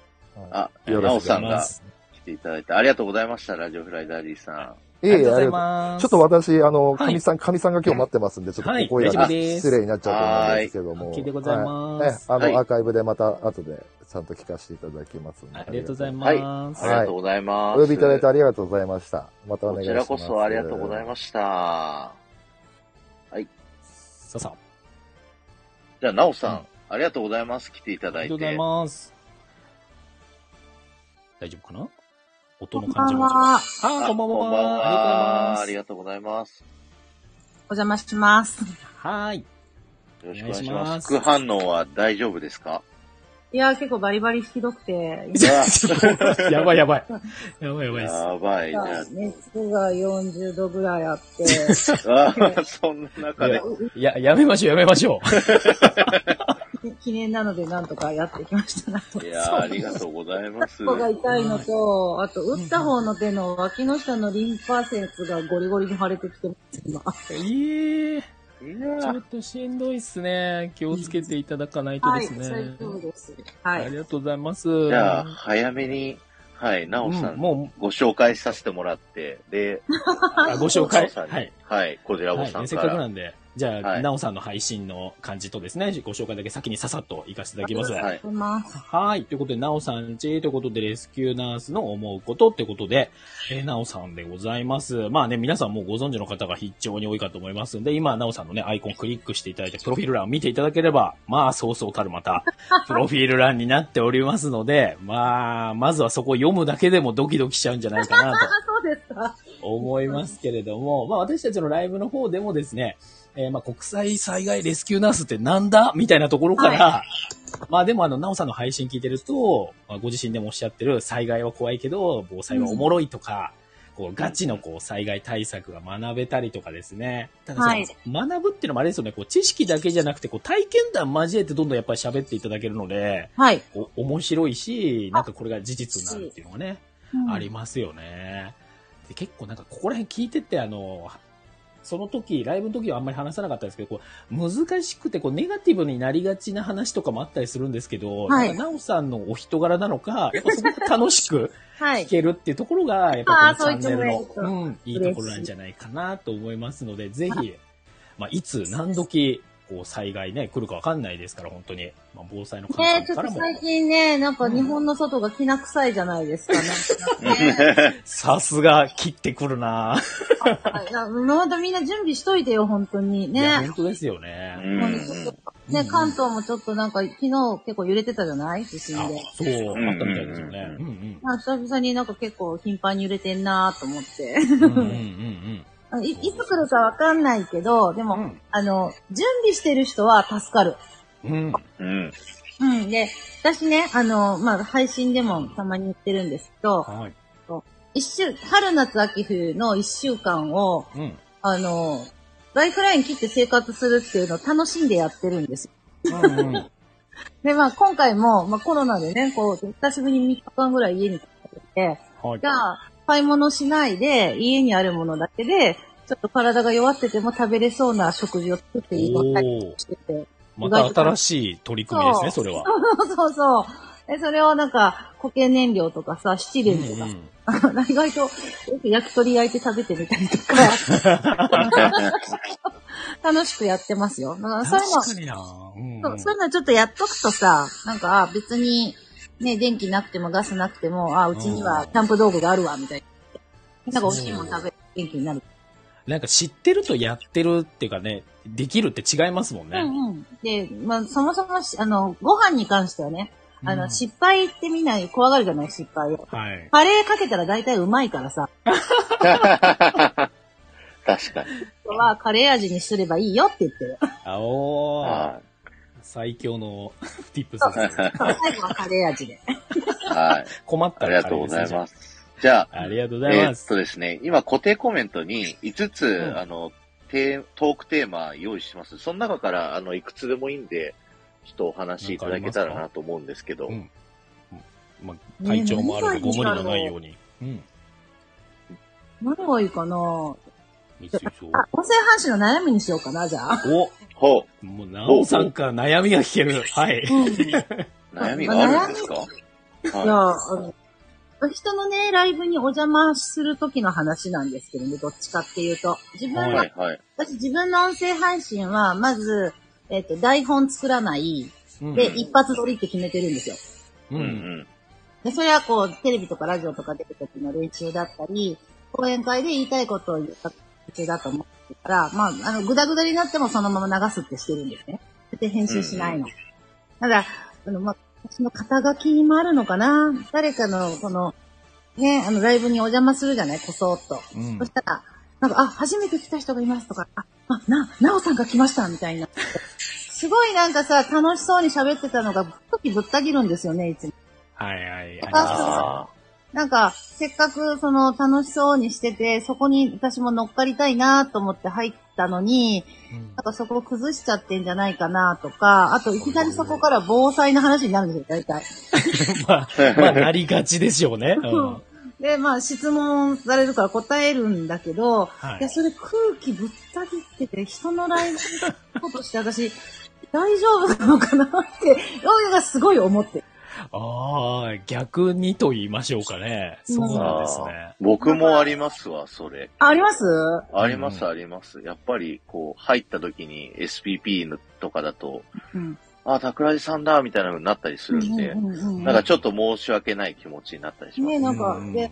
あ、
よ
な
ろ
お
しくお
さ
願い
ん
しま
が
す
来ていただいてありがとうございました、ラジオフライダーリーさ
え
ありがとうござい
あり
ま
がとう
す。
ちょっと私、あの、
はい
神さん、神さんが今日待ってますんで、ちょっと
はい
ここや
大丈夫です
失礼になっちゃうと思うんですけども。
はっきりでございます
はいえあの、
はい
アーカイブでまた後でちゃんと聞かせていただきますんで
ありがとうござい
す。
ます。
ありがとうございま
お
す。
呼びいただいてありがとうございました。またお願
こ
い
ち
しま
ら
す。
こそありがとうございました。
さあさあ、
じゃあ、なおさん、ありがとうございます。来ていた
あ
だ
り
い
がとうござい
て。
ます。大丈夫かな音
こ
の
んば
感じ
ん
も。あ
は。
ー、こんばんは。
こんばんは。
あ
あ
り
り
が
がとうございます。
お邪魔します。
とうございます。はーい。
よろしくお願いし
お願いし
ま
ます
す。副反応は大丈夫ですか
いやー、結構バリバリひどくて、
うわ
やばいやばい。やばいやばいです。
やばい。じゃ
今熱が40度ぐらいあって、い
あ、あそんな中で
や。
いや、やめましょう、やめましょう。
記念なのでなんとかやってきました な。
いやーありがとうございます。
ここが痛いのと、あと、打った方の手の脇の下のリンパ節がゴリゴリに腫れてきてます、今。
ええ
い
ち
や
ょっとしんどいっすね。気をつけていただかないと
は
で
い、
すね。
大丈夫です。は
あ
い
り。がとうございます。
じゃあ、早めに、はい、なおさ、
うんも
ご紹介させてもらって、で、
あご紹介
なおさんに
はい。
はい、こち
う、
ら
は
ご
い
さん
ねせ
か。
っからくなんで、じゃあ、
はい
なおさんの配信の感じとですね、ご紹介だけ先にささっと行かせていただきます。
はい。
行きます。
はい。ということで、なおさんちということで、レスキューナースの思うことってことで、えーなおさんでございます。まあね、皆さんもうご存知の方が非常に多いかと思いますんで、今、なおさんのね、アイコンクリックしていただいて、プロフィール欄を見ていただければ、まあ、そうそうたるまた、プロフィール欄になっておりますので、まあ、まずはそこを読むだけでもドキドキしちゃうんじゃないかなと。
あ、 そうですか。
思いますけれども、 まあ私たちのライブの方でもですね、えーまあ国際災害レスキューナースってなんだみたいなところから、 まあでもあの、なおさんの配信聞いてると、まあ、ご自身でもおっしゃってる災害は怖いけど、防災はおもろいとか、こうガチのこう災害対策が学べたりとかですね。ただその
はい
学ぶっていうのもあれですよね、こう知識だけじゃなくて、こう体験談交えてどんどんやっぱり喋っていただけるので、
はい。
こう面白いし、なんかこれが事実なんていうのがね、あり
ま
ますよね。で結構なんかここら辺聞いてってあの、その時、ライブの時はあんまり話さなかったんですけど、こう難しくてこうネガティブになりがちな話とかもあったりするんですけど、
はい
なんかなおさんのお人柄な のか、やっぱすごく楽しく
す。は
聞
い。
けるっていうところが、やっぱこ
あー
のチャンネルの
そう言ってもらえる
うん、いいところなんじゃないかなと思いますので、ぜひ、まあ、いつ何時、こう災害ね、来るかわかんないですから、本当に。まあ、防災の観
ねち
点
ょ
か
っと
らも。
最近ね、なんか日本の外がきな臭いじゃないですか、なんかね。
さすが、切ってくるなぁ
はいなまたみんな準備しといてよ、本当に。
いや
ね。
本当ですよ
う
ね。
ん
もうね、関東もちょっとなんか、昨日結構揺れてたじゃない地震
あ
で。、
そう、あったみたいですよね。
う
うん
まあ、久々になんか結構頻繁に揺れてんなーと思って。
うん。うんうんうん
あいいつ来るかわかんないけど、でも、
うん
あの、準備してる人は助かる。
うん。うん。
うん。
うん。で、私ね、あの、まあ、配信でもたまに言ってるんですけど、
はい。
一週、春夏秋冬の一週間を、
うん。
あの、ライフライン切って生活するっていうのを楽しんでやってるんですよ
うんうん。
で、まあ今回も、まあコロナでね、こう、久しぶりに3日間ぐらい家に帰って、
はい
じゃ。あ、買い物しないで、家にあるものだけで、ちょっと体が弱ってても食べれそうな食事を作っていたり
おお
してて。
また新しい取り組みですね、それは。
そうそうそう。で、それをなんか、固形燃料とかさ、七
う
輪
ん
と
う
か
ん。
さ、意外と、よく焼き鳥焼いて食べてみたりとか、 楽しくやってますよ。だからそういうの
確、かになうん
そうそういうのはちょっとやっとくとさ、なんか、あ別に、ね、電気なくてもガスなくても、あうちには
うん
キャンプ道具があるわ、みたいな。なんか、
そう
美味しいもん食べ、元気になる。
なんか知ってるとやってるっていうかね、できるって違いますもん
う
ね。
んうん。で、まあ、そもそもし、あの、ご飯に関してはね、あ
う
の、
ん
失敗ってみんな怖がるじゃない、失敗を。
はい。
カレーかけたら大体うまいからさ、
確かに。
今日はカレー味にすればいいよって言ってる。
あおー
は
最強の ティップスですね。
そう最後はカレー味で。
い。はい。
困っ
あ
た
り
ら。
がとうございますす。じゃあ、
ありがとうござい
え
ま
ーっ
す
と。ですね、今固定コメントに5つ、
うん
あの、テートークテーマ用意します。その中から、あの、いくつでもいいんで、ちょっとお話しいただけたらなと思うんですけど、
うんまあ、体調もあるので、ご無理のないように。うん。
何がいいかな
三井そう
あ、音声阪神の悩みにしようかな、じゃあ。
お
ほう、
もう、なおさんから悩みが聞ける。はい。
うん。い
悩みがあるんですか
や、
は
あの人のね、ライブにお邪魔する時の話なんですけどね、どっちかっていうと。自分の、
はいはい。
私自分の音声配信は、まず、えっ、と、台本作らない。
うん
で、一発撮りって決めてるんですよ。
う
うん
ん。
うん。
で、それはこう、テレビとかラジオとか出る時の練習だったり、講演会で言いたいことを言った中だと思ってるから、まあ、あの、ぐだぐだになってもそのまま流すってしてるんですね。で、編集しないの。ただ、あの、まあ、私の肩書きもあるのかな誰かの、この、ね、あの、ライブにお邪魔するじゃないこそっと。
うん
そしたら、なんか、あ、初めて来た人がいますとか、あ、あな、なおさんが来ましたみたいな。すごいなんかさ、楽しそうに喋ってたのが、時ぶった切るんですよね、いつも。
はいはい。
あなんか、せっかくその楽しそうにしてて、そこに私も乗っかりたいなと思って入ったのに、なんかそこを崩しちゃってんじゃないかなとか、あといきなりそこから防災の話になるんですよ、大体。
まあ、まあ、なりがちでしょうね。うん。
で、まあ質問されるから答えるんだけど、
はい
いや、それ空気ぶった切ってて、人のライブのことして私、大丈夫なのかなって、ヨがすごい思ってる。
ああ、逆にと言いましょうかね。そうなんですね。
僕もありますわ、それ。
ああります
あります、
うん
あります。やっぱり、こう、入った時に SPP のとかだと、
うん。
あ、桜井さんだ、みたいなのになったりするんで、
うん
なんかちょっと申し訳ない気持ちになったりします
ね、
ね。
なんか、
うん
で、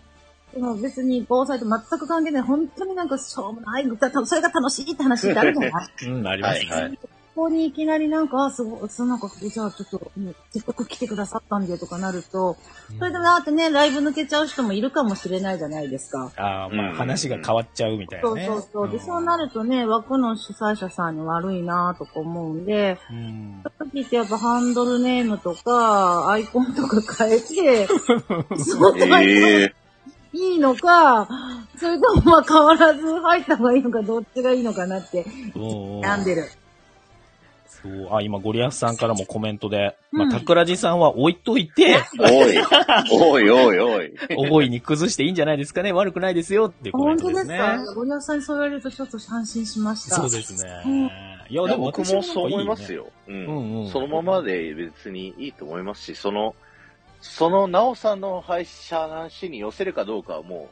でも別に防災と全く関係ない、本当になんかしょうもない、たたそれが楽しいって話ってある じゃない
うん、ありますね。
はいはい
ここにいきなりなんか、あすごい、そうなんか、じゃあちょっと、うんせっかく来てくださったんでとかなると、それでだってね、ライブ抜けちゃう人もいるかもしれないじゃないですか。
ああ、ま
う
あ
ん
話が変わっちゃうみたい
そ
な
う
ね。
そうそう。で、
ん
そうなるとね、枠の主催者さんに悪いなとか思うんで、
うん
さっきってやっぱハンドルネームとか、アイコンとか変えて、そうとか
ええ
いいのか、それともまあ変わらず入った方がいいのか、どっちがいいのかなって
おー
悩んでる。
そう。あ、今、ゴリアスさんからもコメントで、
うん
まあ、桜地さんは置いといて、
おい、おいおいお い。
大いに崩していいんじゃないですかね、悪くないですよっていうコメ
本
ント
当
で
ですす
ね。
かゴリアスさんにそう言われるとちょっと安心しました。
そうですね。いや、
い
で
や
も
僕
私
もそう思います
よ。
よ。う
うんうん
ん。そのままで別にいいと思いますし、その、その、なおさんの配信の話に寄せるかどうかはも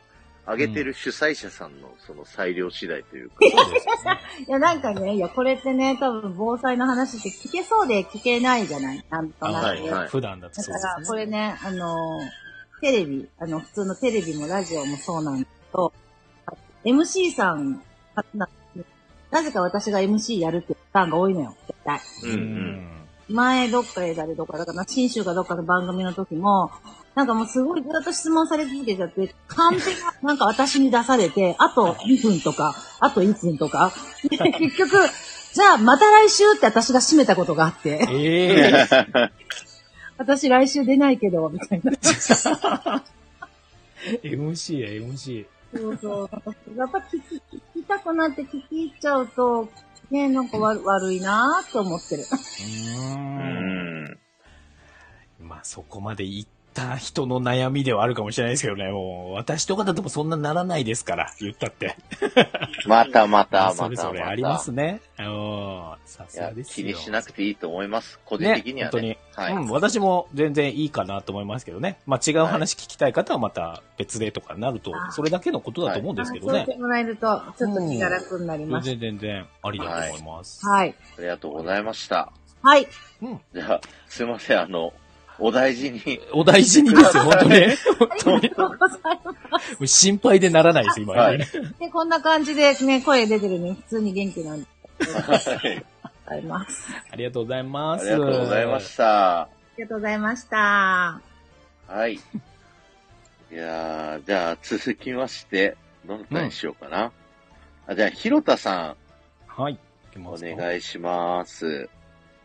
う、上げてる主催者さんのその裁量次第というか、
そうですね
いや、なんかね、いや、これってね、多分防災の話って聞けそうで聞けないじゃないなんとなく。
はいはい
普段だと
だ
そ
か
うです
ら、
ね。
これね、あのー、テレビ、あの、普通のテレビもラジオもそうなんだけど、MC さん、ななぜか私が MC やるってパターンが多いのよ、絶対。
うん
う
うん。
ん。
前どっかで誰どっかだから、新州かどっかの番組の時も、なんかもうすごいずっと質問され続けちゃって、完璧な、なんか私に出されて、あと2分とか、あと1分とか。で、結局、じゃあまた来週って私が締めたことがあって、
ええ
私来週出ないけど、みたいな。
MC や MC。
そうそう。やっぱ聞き、聞きたくなって聞き入っちゃうと、ね、なんかわ悪いなぁと思ってる。
う
うん。
ん。
まあそこまで行った人の悩みではあるかもしれないですけどね、もう私とかだともうそんなならないですから、言ったって。
またまたまたまた。
それぞれありますね。うん。さ
い
すが
や
です
気
よ。
にしなくていいと思います。個人
ね、
的には
本当
ね。
に、
はい、
うん。私も全然いいかなと思いますけどね。まあ違う話聞きたい方はまた別でとかになると
は、い
それだけのことだと思うんですけど
あそう言
ね
っ。てもらえると、ちょっと気が楽になり
全
ます。
然全然ありだと思います。
はい。
ありがとうございました。
はい。
じゃあ、すいません、あの、お大事に。
お大事にですよ、本当 に。本
あり
当に
がとうございます。
もう心配でならないです、今ね。
はい
で、こんな感じでね、声出てるね、普通に元気なんで
はい
ございます。
ありがとうございま
あ
す。
りがとうございました。
ありがとうございました。
はい。いやーじゃあ続きまして、どなたにしようかな。あじゃあ、ひろたさ
はい。行き
ん、
ま
お
すか
願いします。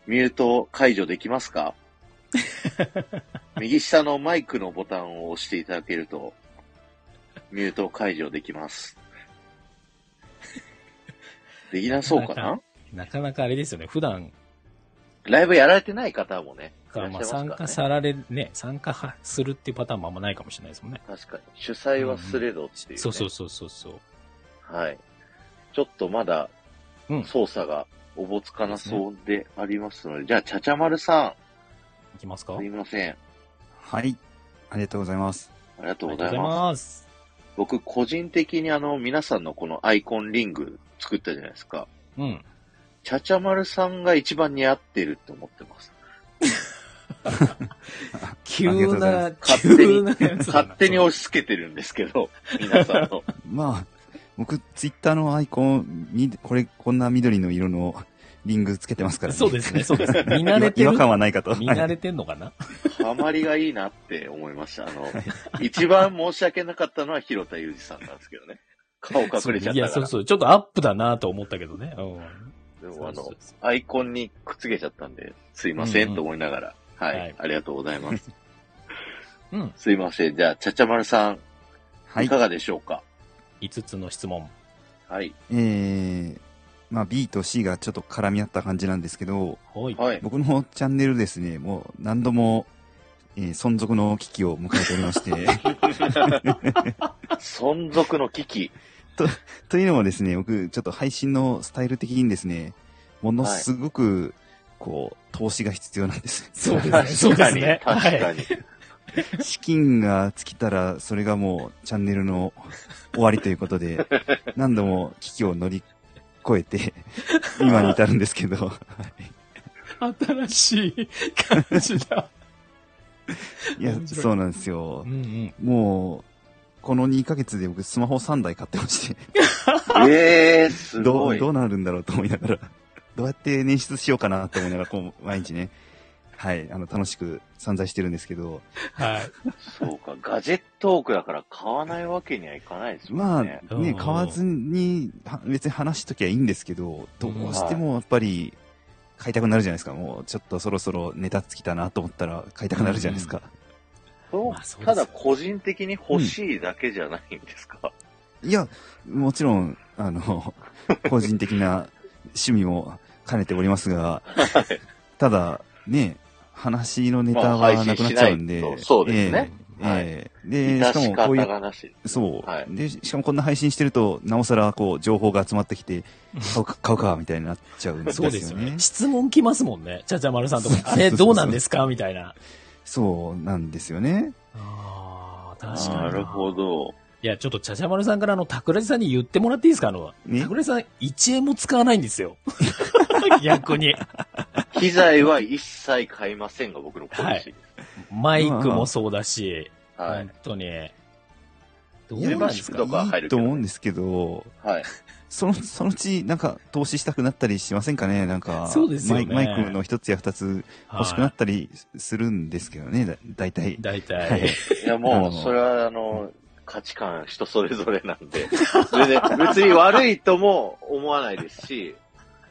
ミュート解除できます か右下のマイクのボタンを押していただけると、ミュート解除できます。できなそうかな
なかなかあれですよね、普段
ライブやられてない方もね、い
からら
っしゃいま
まあ
すから、
参
ね。
加さられ、ね、参加はするっていうパターンもあんまないかもしれないですもんね。
確かに。主催はすれどっていう、ね
そうそうそうそうそう。
はい。ちょっとまだ
うん、
操作がおぼつかなそうでありますので、じゃあ、ちゃちゃまるさ
いきます
ん、
か
すいません。
はい。ありがとうございます。
ありがとう
あ
ご
りがとう
ざ
ござ
い
い
ます。
ます。
僕、個人的にあの、皆さんのこのアイコンリング作ったじゃないですか。
うん。
ちゃちゃまるさんが一番似合ってると思ってます。
ありがと
急
うございま
な、
勝手に
急なやつだな
勝手に押し付けてるんですけど、皆さん の。
まあ、僕、ツイッターのアイコンに、これ、こんな緑の色のリングつけてますから
そうですね、そうですね。見慣れて
違
る
和。感はないかと。
見慣
はい
れてんのかな
ハマりがいいなって思いました。あの、一番申し訳なかったのは広田裕二さんなんですけどね。顔隠れちゃったから。
いや、そうそう。ちょっとアップだなと思ったけどね。う
で
ん。
もあの
そう、そう
アイコンにくっつけちゃったんで、すいませ
うんうん
んと思いながら。はい、
はい
ありがとうございます。
そううん。
すいません。じゃあ、ちゃちゃまるさん、
はい
いかがでしょうか
5つの質問。
はい。
えー、まあ B と C がちょっと絡み合った感じなんですけど、
はい。
はい。
僕のチャンネルですね、もう何度も、えー存続の危機を迎えておりまして、
存続の危機。
というのもですね、僕、ちょっと配信のスタイル的にですね、ものすごく、こう、投資が必要なんです。
そうですね。そうですね。
確かに。
はい。
確かに
資金が尽きたら、それがもうチャンネルの終わりということで、何度も危機を乗り越え て、今に至るんですけど、
新しい感じだ。
いや
面、白い
そうなんですよ
う。んうん。
もう、この2ヶ月で僕スマホ3台買ってま して、
えー、す
ど
ご
う、
い。
どうなるんだろうと思いながら、どうやって捻出しようかなと思いながら、こう、毎日ね、はい、あの、楽しく散財してるんですけど、
はい。
そうか、ガジェットオークだから買わないわけにはいかないです
ま
も
あ、
んね
ね。、
うん
買わずに、は別に話しときゃいいんですけど、どうしてもやっぱり、買いたくなるじゃないですか。もう、ちょっとそろそろネタ尽きたなと思ったら、買いたくなるじゃないですか。
そう
まあそうですよ
ただ個人的に欲しいだけじゃないんですか。
いや、もちろん、あの、個人的な趣味も兼ねておりますが、ただ、ね、話のネタ
まあ
はなくなっちゃうんで
配信しない。とそうですね
ええ。ええで、し
致
か
し
もこ
方
ういう
がなし。
そう、
はい
で、しかもこんな配信してると、なおさら、こう、情報が集まってき て、買うか、買うか、みたいになっちゃうんです
そ
よ
うですよね
ね。。
質問来ますもんね。ちゃちゃまるさんとかに。
そうそう
あ
そう
れ、どうなんですかみたいな。
そうなんですよね。
ああ、確かに。
なるほ。ど。
いや、ちょっとちゃちゃまるさんからあの、桜地さんに言ってもらっていいですかあの、
ね
桜地さん1円も使わないんですよ。逆に。
機材は一切買いませんが、僕のポリシーです。
マイクもそうだし、
はい
本。当に。ど
いや
うなんです
ど
か
こは入
いい
る
と
けど
思うんですけど、
はい。
その、そのうち、なんか、投資したくなったりしませんかねなんか、
そうですよね
マイマイクの一つや二つ欲しくな
は
ったりするんですけどね、だ大体
い。。大
は
体
い。
いや、
あの
もう、それは、あの、価値観人それぞれなんで、それで、別に悪いとも思わないですし、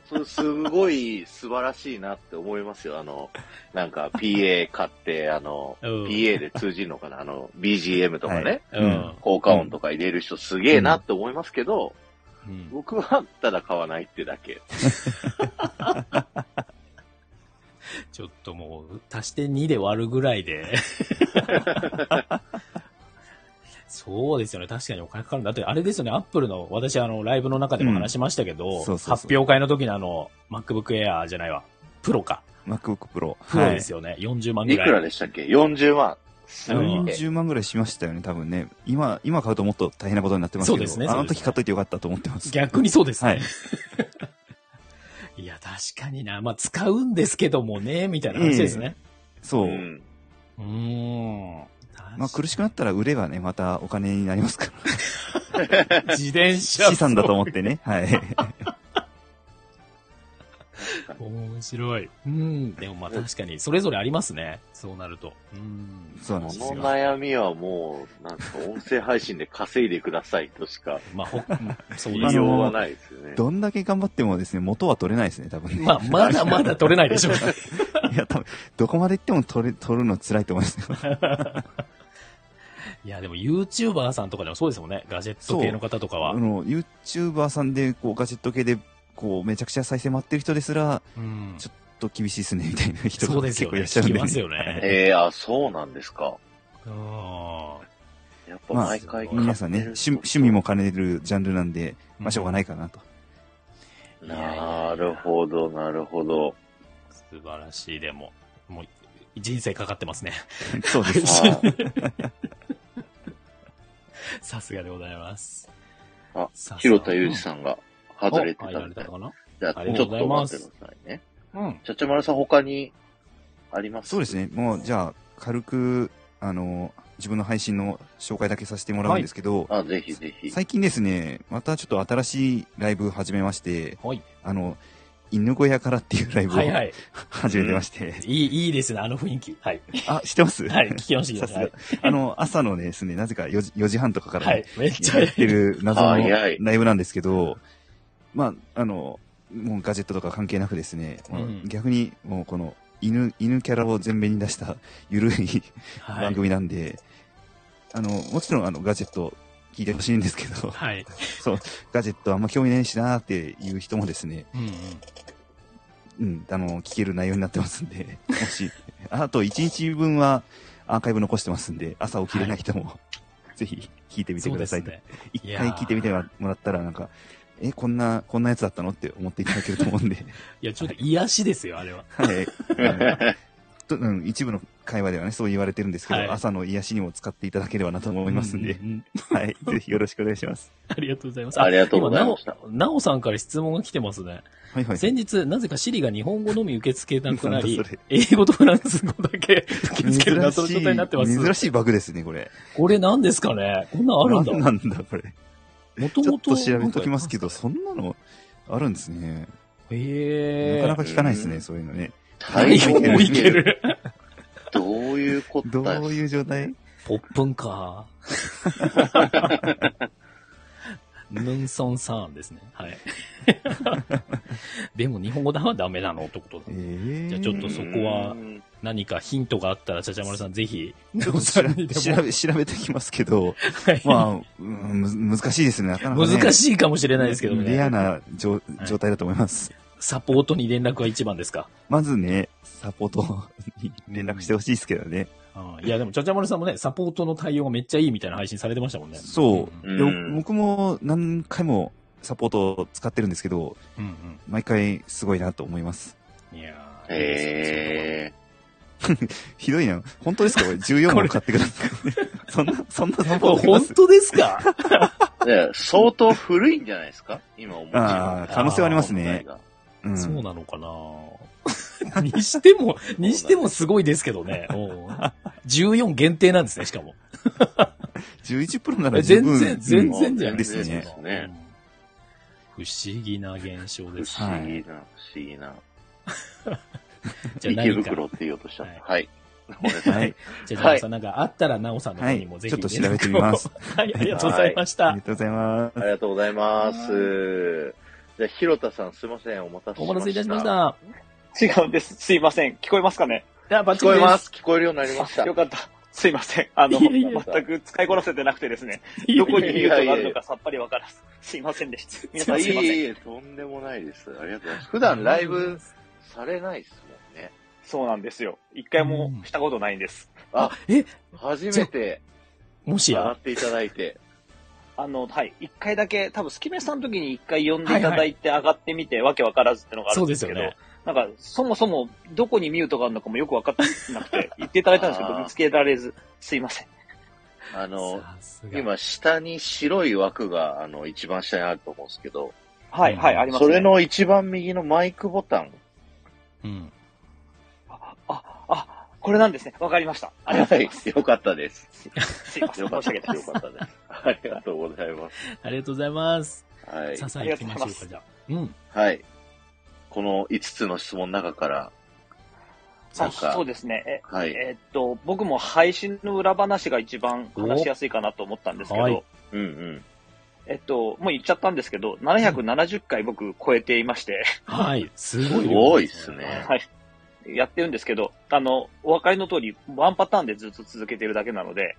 それすごい素晴らしいなって思いますよ。あの、なんか PA 買って、あの、
うん
PA で通じるのかなあの、BGM とかね、
はい
うん
うん
効果音とか入れる人すげえなって思いますけど、
うん
僕はただ買わないってだけ。
ちょっともう、足して2で割るぐらいで。 そうですよね。確かにお金かかるんだ。だって、あれですよね。アップルの、私、あの、ライブの中でも話しましたけど、
うんそうそうそう
発表会の時のあの、MacBook Air じゃないわ。プロか。
MacBook Pro。
プロですよね。40万ぐ
い
ら
く
い。
らでしたっけ ?40 万。すごいね
40万ぐらいしましたよね、多分ね。今、今買うともっと大変なことになってますけど、
そうですね
あの
そうです
時
ね
買っといてよかったと思ってます。
逆にそうですね。
はい。
い、や、確かにな。まあ、使うんですけどもね、みたいな話ですね。
そう。
うん
うーん。
まあ苦し
く
くなったら売ればね、またお金になりますから。
自転車。
資産だと思ってね。はい。
面白い。うん。でもまあ確かに、それぞれありますね。そうなると。うん。
そうなん
こ
です
の
よ。
悩みはもう、なんか音声配信で稼いでくださいとしか
ま あ、ほ、そう
言
で
い
す
よ
よ。
うはないですよね。
どんだけ頑張ってもですね、元は取れないですね、多分ね。
まあ、まだまだ取れないでしょう。
いや、多分、どこまで行っても取れ、取るの辛いと思いますよ。
いや、でも YouTuber さんとかでもそうですもんね。ガジェット系の方とか
あ
は。
の、YouTuber さんで、こう、ガジェット系で、こう、めちゃくちゃ再生待ってる人ですら、
うん
ちょっと厳しいっすね、みたいな人
そう
が
で
結
すよ
構
ね。
いらっしゃ
聞
るん
き
で、
ますよね。
ええあ、そうなんですか。
うん。
やっぱ毎回、
まあ
皆さんね、趣趣味も。兼ねるジャンルなんで、まあ、しょうがないかなと。
いやいやいや
なるほど、なるほど。
素晴らしい、でも。もう、人生かかってますね。
そうです。
あ
さすがでございます。
あ
さすが、
広田裕二さんが外れてた
お入
み
れ
たい
たかな
じゃあ、
あ
ちょ
り
っと
がとうございます
待ってくださいね。
うん。
ちゃちゃまるさん他にあります
そうです
ね。
ね。もう、じゃあ、軽く、あの、自分の配信の紹介だけさせてもらうんですけど、
あ、ぜ ひぜひ。
最近ですね、またちょっと新しいライブ始めまして、
はい。
あの、犬小屋からっていうライブを
はいはい。
始めてまして、
いい、いいですね、あの雰囲気。はい。
あ、知ってます
はい、聞きました
さす
け
が
ど。はい。。
あの、朝のですね、なぜか4時 ,4 時半とかから、
はい、めっちゃ
やってる謎の
早い
ライブなんですけど、まあ、あの、もうガジェットとか関係なくですね、もう
うん
逆にもうこの犬、犬キャラを前面に出したゆるい
はい
番組なんで、あの、もちろんあのガジェット聞いてほしいんですけど、
はい。
ガジェットあんま興味ないしなーっていう人もですね、
うんうん。
うん、あの、聞ける内容になってますんで、 もし、あと1日分はアーカイブ残してますんで、朝起きれない人も、 ぜひ聞いてみて
そう
く
で
ださ
す
いと
ね。
一
いや
回
ー
聞いてみてもらったら、なんか、え、こんな、こんなやつだったのって思っていただけると思 うんで、
いや、ちょっと癒しですよ、あれは。
はい。あのとうん、一部の会話ではね、そう言われてるんですけど、
はい
朝の癒しにも使っていただければなと思いますんで
う、うう
はい。ぜひよろしくお願いします。
ありがとうございま す。
ありがとうございました
今なおなおさんから質問が来てますね。
はいはい。
先日、なぜかシリが日本語のみ受け付けなくなり
なんだそれ、
英語とフランス語だけ受け付ける謎の状態になってま
珍しい珍
す。
しいバグですね、これ。
これ何ですかねこんなんあるんだ。
何なんだ、これ。
もと
ちょ
も
っ
と。
と調べときますけ
な
ど、
んか
そんなのあるんですね。
へ
な
え。
かなか聞かないです
う
ね、
ん
そういうのね。
大
英語もいける。
どういうこと
ど
だよ
う。いう状態
ポップンか。ヌンソンさんですね。はい。でも日本語ではダメなのってことだ
え。ー
じゃあちょっとそこは
うん
何かヒントがあったら、ちゃちゃまるさんぜひ、
ちょっと
さ
調
んに
べ
でも
調べ、調べてきますけど、
はい
まあ、うんむ難しいですね、なかなか、ね。
難
い
しいかもしれないですけどね。
レアな状状態だと思います。
サポートに連絡が一番ですか。
まずね、サポートに連絡してほしいですけどね。
うんいや、でも、ちゃちゃまるさんもね、サポートの対応がめっちゃいいみたいな配信されてましたもんね。
そうう、
うん
で僕も何回もサポートを使ってるんですけど、
んうん
毎回すごいなと思います。
うん。いやー
へ
ひどいな。本当ですかこれ14
こ
本
れ
買ってください。そんな、そ んなサポー
これ
トで
本
す
当ですか
ーいや相当古いんじゃないですか今思
あー可能性はありますね。うん
そうなのかな にしても、にしてもすごいですけどね。おう14限定なんですね、しかも。
11プロなら
え
十
全
分
然、全然じゃ
う
なんい
です
全然
ね
で。す
うん
ね
不思議な現象
不
です。
思議な、不思議な。
じゃあ
池
何か、
袋って言おうとしちゃった。はい。
はい。
じゃあ、なおさん、なんかあったら、なおさんの方にもぜひ、
はいちょっと調べてみます。
はい、ありがとうございました。
ありがとうございま
あ
す。
りがとうございます。じゃあ、広田さんすいません、お待たせしました。
お待たせいたしまし。た。
違うん です。すいません。聞こえますかね
じゃあ、バッ。
聞こえますす。聞こえるようになりました
よ。かった。すいません。あの、
いやいやいや
全く使いこなせてなくてですね。
ど
ど
こ
こ
に
にミュートがあるのかさっぱりわからず。すいませんでした。皆さ
あ
ん
い
すいません。
えいえ、とんでもないです。ありがとうございます。普段ライブされないですもんね。
そうなんですよ。一回もしたことないんです。
あ、
え、
初めて
もし
上が
や
っ。ていただいて。
あの、はい。一回だけ、多分、スキメさんの時に一回呼んでいただいて上がってみて、わけわからずってのがあるんですけ
そ
ど
うです、
なんか、そもそも、どこにミュートがあるのかもよくわかってなく て、言っていただいたんですけ
あ
ど、
ー
見つけられず、すいません。
あの、
さすが、
今、下に白い枠が、あの、一番下にあると思うんですけど、
はい、はい、
うん
あります、
そ
ね。
れ、の一番右のマイクボタン。
うん。
あ、あ、これなんですね。わかりました。ありがとうございます。
はいよかったです。
すいません。
よか
申
っ
した訳
で
ない
す。
で
よ
す
か。ったです。ありがとうございます。
ありがとうございます。
はい
さ。あさあ行きましょうか、じゃあ。うん。
はい。この5つの質問の中から、
あそうですね。
は
え
い。
えーっと、僕も配信の裏話が一番話しやすいかなと思ったんですけど、
おはい
うんうん。
えっと、もう言っちゃったんですけど、770回僕超えていまして、
はい。すごい量です
ごいっすね
はい。やってるんですけど、あの、お分かりの通り、ワンパターンでずっと続けてるだけなので、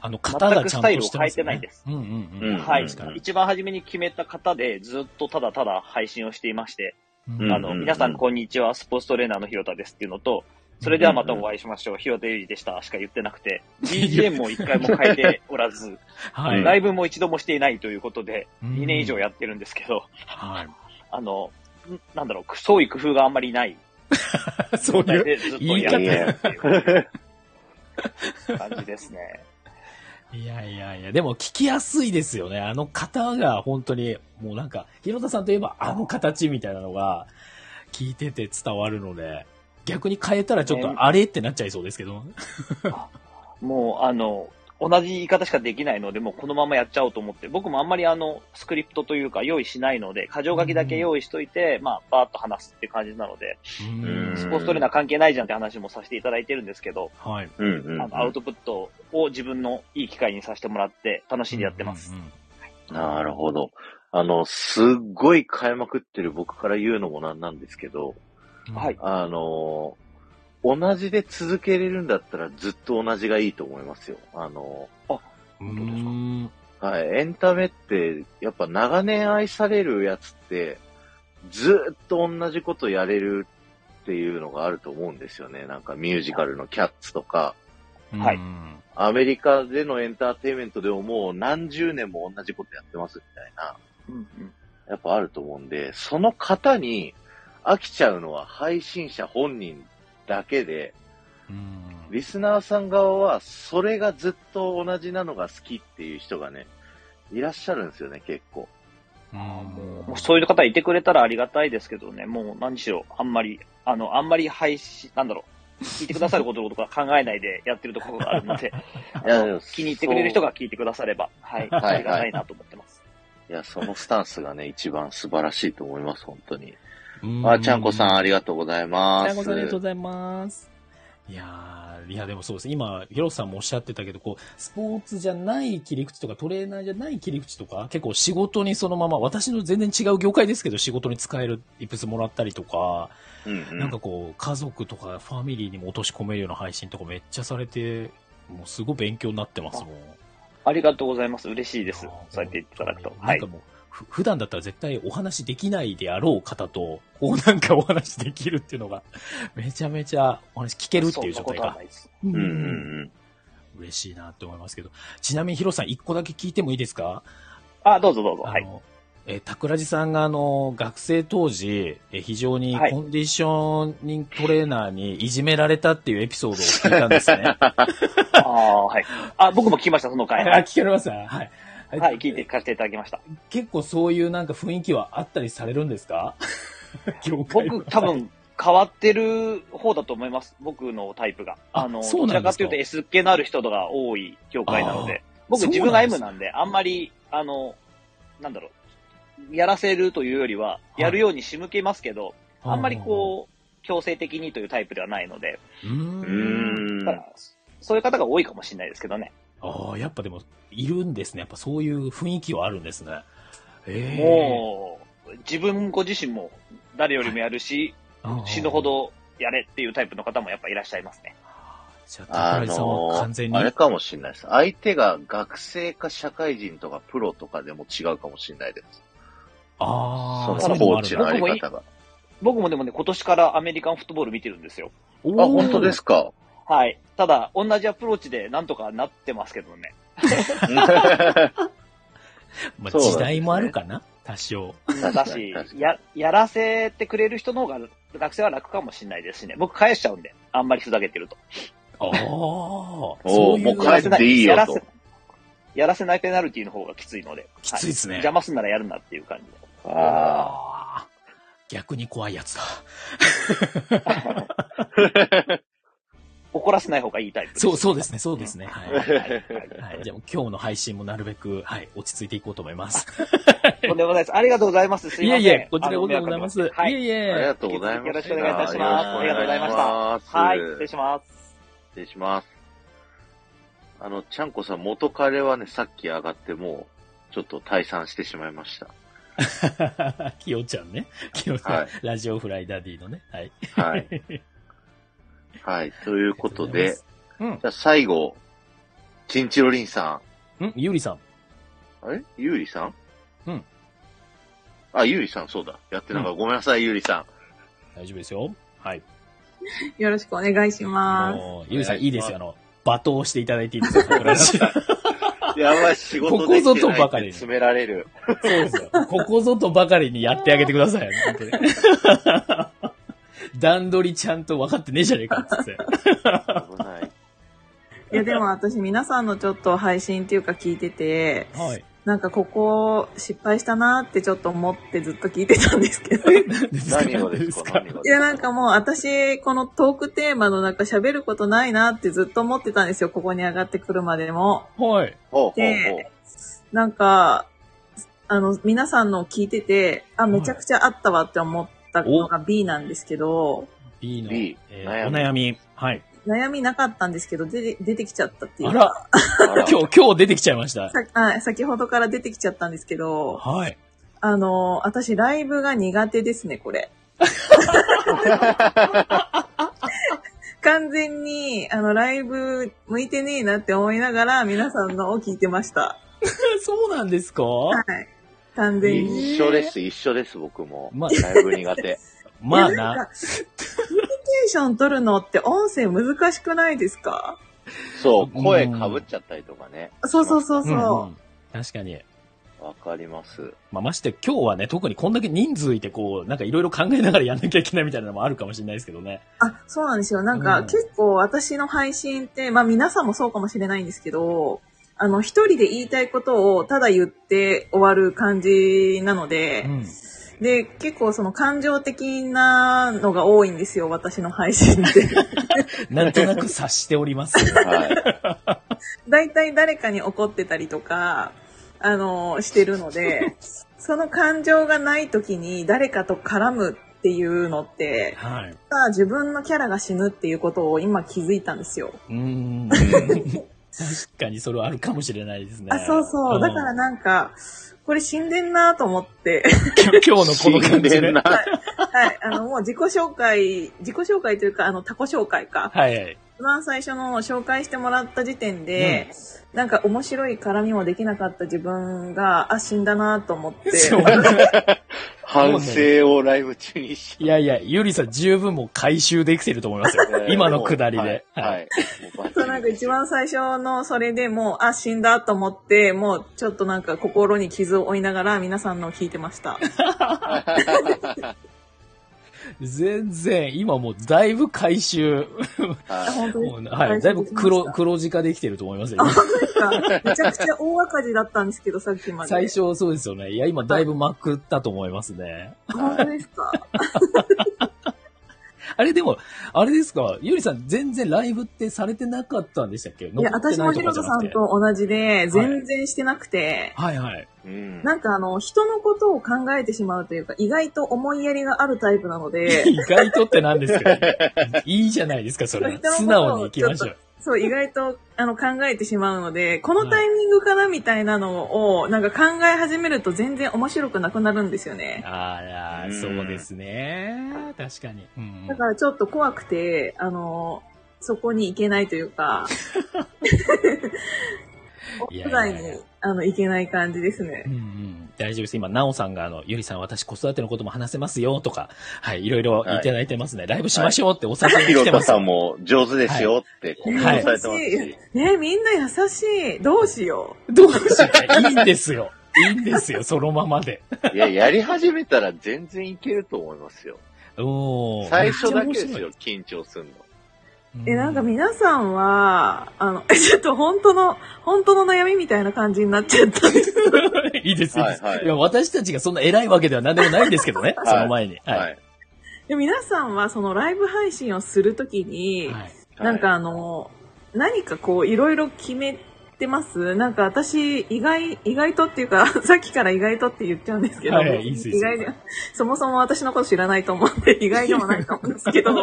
あの、型がちゃんとして
全くスタイルを変
ます、ね。
えてないです
うんうんうん。
うん
はい
確かに。
一番初めに決めた方で、ずっとただただ配信をしていまして、
うん
あ
うん
の、
うんうん
皆さんこんにちは、スポーツトレーナーのひろたですっていうのと、それではまたお会いしましょう、ひろたゆりでしたしか言ってなくて、BGM も一回も変えておらず、
はい。
ライブも一度もしていないということで、2年以上
や。
やってるんですけど、
はい。
あの、んなんだろう、創意工夫があんまりない
そう
状態
いう。
でずっとやってるっていう感じですね。
いやいやいや、でも聞きやすいですよね。あの方が本当に、もうなんか、広田さんといえばあの形みたいなのが、聞いてて伝わるので、逆に変えたらちょっ
ね
とあれってなっちゃいそうですけど。
もう、あの、同じ言い方しかできないので、もうこのままやっちゃおうと思って、僕もあんまりあの、スクリプトというか用意しないので、箇条書きだけ用意しといて、まあ、バーッと話すっていう感じなので、
うん
スポーツトレーナー関係ないじゃんって話もさせていただいてるんですけど、
はい。
うんうん
あの、アウトプットを自分のいい機会にさせてもらって、楽しんでやってます。
うんうん
なるほど。あの、すっごい変えまくってる僕から言うのもなんなんですけど、
うん
はい。
あの、同じで続けれるんだったらずっと同じがいいと思いますよ。あの、
うん。
はい、エンタメって、やっぱ長年愛されるやつって、ずっと同じことやれるっていうのがあると思うんですよね。なんかミュージカルのキャッツとか、
はい
うん
アメリカでのエンターテインメントでももう何十年も同じことやってますみたいな。
うん
やっぱあると思うんで、その方に飽きちゃうのは配信者本人だけで、
うん
リスナーさん側はそれがずっと同じなのが好きっていう人がね、いらっしゃるんですよね、結構。
うん
う
もうそういう方いてくれたらありがたいですけどね、もう何しろ、あんまり、あの、あんまり配信、なんだろう、聞いてくださることとか考えないでやってるところがあるので、
いやでも
気に入ってくれる人が聞いてくだされば、はい、
はい
ありがたいなと思ってます。
いや、そのスタンスがね、一番素晴らしいと思います、本当に。
ん
あ、ちゃんこさんありがとうございます。
ちゃんこさんありがとうございます。いやーいやでもそうです。今、ヒロさんもおっしゃってたけど、こう、スポーツじゃない切り口とか、トレーナーじゃない切り口とか、結構仕事にそのまま、私の全然違う業界ですけど、仕事に使えるイプスもらったりとか、
うんうん
なんかこう、家族とかファミリーにも落とし込めるような配信とかめっちゃされて、もうすごい勉強になってますもん。
ありがとうございます。嬉しいです
あー。
そうやって言っていただくと。
本当
は
になん
い
か。もう、ふ普段だったら絶対お話できないであろう方と、こうなんかお話できるっていうのが、 めちゃめちゃお話聞けるっていう
そ
状
んなこ
態
とは
が
な、いです。
うん
うんうんうん。
嬉しいなって思いますけど。ちなみにヒロさん、一個だけ聞いてもいいですか
あ、どうぞどうぞ。
あ
はい。
の、えー、桜地さんがあの、学生当時、えー非常に
はい
コンディショニングトレーナーにいじめられたっていうエピソードを聞いたんです ね。
ああ、はい。あ、僕も聞きました、その回。
あ、
はい、
聞かれましたはい。
はい聞いて聞かせていただきました。
結構そういうなんか雰囲気はあったりされるんです か業界の
僕、多分、変わってる方だと思います。僕のタイプが。
あ
あの、
そう
どち
な
ら
んで
か
すか
というと S 系のある人が多い業界なので、
そ
僕
うなんです
自分が M なんで、あんまり、あの、なんだろう、やらせるというよりは、
い
やるように仕向けますけど、あんまりこう、強制的にというタイプではないので、
う。うー。
うんー
だか
ん。
らそういう方が多いかもしれないですけどね。
ああ、やっぱでも、いるんですね。やっぱそういう雰囲気はあるんですね。ええ
もう、自分ご自身も誰よりもやるし、
うんうん
死ぬほどやれっていうタイプの方もやっぱいらっしゃいますね。
じゃあ、
あ
高橋さんは完全に。
のーあれかもしれないです。相手が学生か社会人とかプロとかでも違うかもしれないです。
あ
そ
あ、
の
そういうの
コ
もあ
ー
るん
チ
だ
のあり方が。
僕もでもね、今年からアメリカンフットボール見てるんですよ。
あ、本当ですか。
はい。ただ、同じアプローチでなんとかなってますけどね。
ま
そうなんで
あ、
すね
時代もあるかな、多少。
だし、や、やらせてくれる人の方が学生は楽かもしれないですしね。僕返しちゃうんで、あんまりふざけてると。
ああ、
お
そ
お、
うい
も
う
う帰っていいよ
やら
と
せ。やらせないペナルティの方がきついので。
きついですね
は邪魔すんならやるなっていう感じで。
あ
あー逆に怖いやつだ。
怒らせない方がいいタイプです。
そう、そうですね、そうですね。はい。
あ。
はい、じゃあもう今日の配信もなるべく、はい、落ち着いていこうと思います。
とんでもないです。ありがとうございます。す
い
いま
え
せん。
いえ、こちらこそございます。、
あの迷惑かけてはいい。
えいえ。
ありがとうございます。
よろしくお願いいたします
ありがとうございました
した
はい。失
失
礼します。
礼します。あの、ちゃんこさん、元彼はね、さっき上がってもう、ちょっと退散してしまいました。
きよちゃんね。きよちゃん、
はい
ラジオフライダディのね。はい。
はい。はい。ということで、じ
ありがとうございます
ゃあ最後、チンチロリンさ
うん。んゆりさん。
ん。あれゆうりさん
うん。
あ、ゆうりさん、そうだ。やってなんかった、ごめんなさい、ゆうりさん。
大丈夫ですよ。はい。
よろしくお願いします。
もう、ゆりさん、
お願いします
いいですよ。あの、罵倒していただいていいですよ。桜井さん
や ばい、仕事で
ここぞ
きて
と
ない
ばかりに
詰められる。
そうですよ。ここぞとばかりにやってあげてください。本当に 段取りちゃんと分かってねえじゃねえかっつって。
危ない。
いや、でも私皆さんのちょっと配信っていうか聞いてて、
はい。
なんかここ失敗したなってちょっと思ってずっと聞いてたんですけど。
何がですか何が
いや、なんかもう私、このトークテーマの中喋ることないなってずっと思ってたんですよ。ここに上がってくるまでも。
はい。
ほうほうほう
で。なんか、あの、皆さんの聞いてて、あ、めちゃくちゃあったわって思ったのが B なんですけど、
B の、
B
えーお悩み。はい。
悩みなかったんですけど、出て出てきちゃったっていう
あ、
から
あら
今日、今日出てきちゃいました。
さあ先ほどから出てきちゃったんですけど、
はい。
あの、私ライブが苦手ですね、こ れ。完全に、あの、ライブ向いてねえなって思いながら、皆さんのを聞いてました。
そうなんですか
はい。完全に。
一緒です、一緒です、僕も。
まあ
だいぶ苦手。
まあ
いやなん
な
か。コミュニケーション取るのって音声難しくないですか
そう、声かぶっちゃったりとかね。
そうそうそうそう。
んん確かに。
わかります。
まあ、まして今日はね、特にこんだけ人数いて、こう、なんかいろいろ考えながらやんなきゃいけないみたいなのもあるかもしれないですけ どね。
あ、そうなんですよ。なんか、
うん
結構私の配信って、まあ皆さんもそうかもしれないんですけど、あの、一人で言いたいことをただ言って終わる感じなので、
うん。
で、結構その感情的なのが多いんですよ、私の配信って。
なんとなく察しております。
はい。
大体誰かに怒ってたりとか、あの、してるの で、その感情がない時に誰かと絡むっていうのって、
はい。
ただ自分のキャラが死ぬっていうことを今気づいたんですよ。
うーん。確かにそれはあるかもしれないですね。
あ、そうそう。
ん
だからなんか、これ死んでんなと思 って、
今日今日のこの感じ
死ん
ね
でんな。
はい、あの、もう自己紹介、自己紹介というか、あの、他己紹介か。
はいはい。
一番最初の紹介してもらった時点で、なんか面白い絡みもできなかった自分が、あ、死んだなと思って。
そう
反省をライブ中にし
いやいや、ゆりさん十分もう回収できてると思いますよ。今のくだりで。
はい。
は。
はいいもうバッチリ
そうなんか一番最初のそれでもう、あ、死んだと思って、もうちょっとなんか心に傷を負いながら皆さんのを聞いてま した。
全然、今もうだいぶ回収。
はい
本当
も
に
うはい。だいぶ黒、黒字化できてると思いますよ。
なんかめちゃくちゃ大赤字だったんですけど、さっきまで。
最初そうですよね。いや、今だいぶまくったと思いますね。
本当ですか
あれでも、あれですか、ゆりさん全然ライブってされてなかったんでしたっけ
いや、
残って
私
な
も
い
ひ
と
ろ
か
と
じゃ
さ
なく
ん
て
と同じで、全然してなくて、
はいはい。
うん
なんかあの、人のことを考えてしまうというか、意外と思いやりがあるタイプなの で、
意外とってなんですか いいじゃないですか、それ。素直に行きましょう。
そう、意外とあの考えてしまうので、このタイミングかなみたいなのを、なんか考え始めると全然面白くなくなるんですよね。
あら、
うん
そうですね。確かに。うん
だからちょっと怖くて、あの、そこに行けないというか、
いや
屋
いや
外
いや
にあの行けない感じですね
うん。うん大丈夫です。今、なおさんが、あの、ゆりさん、私子育てのことも話せますよ、とか、はい、いろいろいただいてますね。ライブしましょうってお誘い
ひ
が
ろ
来てま
た
す
さ。んも上手ですよってコメントされてます
優し
し
い。。ねみんな優しい。どうしよう。
どうしようか。いいんですよ。いいんですよ、そのままで。
いや、やり始めたら全然いけると思いますよ。
おー
最初だけですよ、緊張すんの。
え、なんか皆さんは、あの、 えちょっと本当の、本当の悩みみたいな感じになっちゃったん です。
いいです、いいです。
はいはい
いや私たちがそんな偉いわけでは何でもないんですけどね、
い
その前に。はい。
はい。
で皆さんは、そのライブ配信をするときに、
はい
なんかあの、何かこう、いろいろ決めてますなんか私、意外、意外とっていうか、 さっきから意外とって言っちゃうんですけど、
はいはいいいですいいで
意
す
外で、そもそも私のこと知らないと思って、 意外でもないと思うんですけ ど、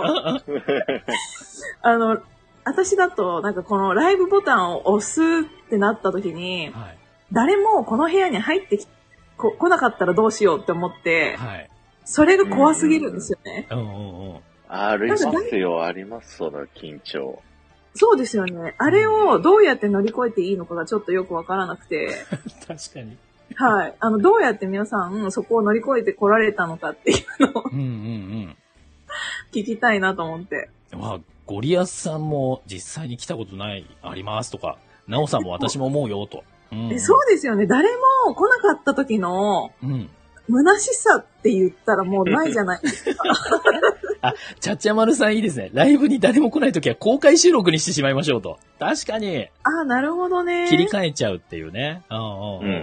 あの、私だと、なんかこのライブボタンを押すってなったときに、
はい。
誰もこの部屋に入ってきこ来なかったらどうしようって思って、
はい。
それが怖すぎるんですよね。
うんうんうん。
ありますよ、あります、その緊張。
そうですよね。あれをどうやって乗り越えていいのかがちょっとよくわからなくて、
確かに。
はい。あの、どうやって皆さんそこを乗り越えて来られたのかっていう のを
うんうん
聞きたいなと思って。
うん。まあ、ゴリアスさんも実際に来たことない、ありますとか、ナオさんも私も思うよと。うん、
えそうですよね。誰も来なかった時の、
うん。
虚しさって言ったらもうないじ ゃない。
ちゃっちゃまるさんいいですね。ライブに誰も来ないときは公開収録にしてしまいましょうと。確かに、
あ、なるほどね。
切り替えちゃうっていうね。うんうん
うん
うん。
う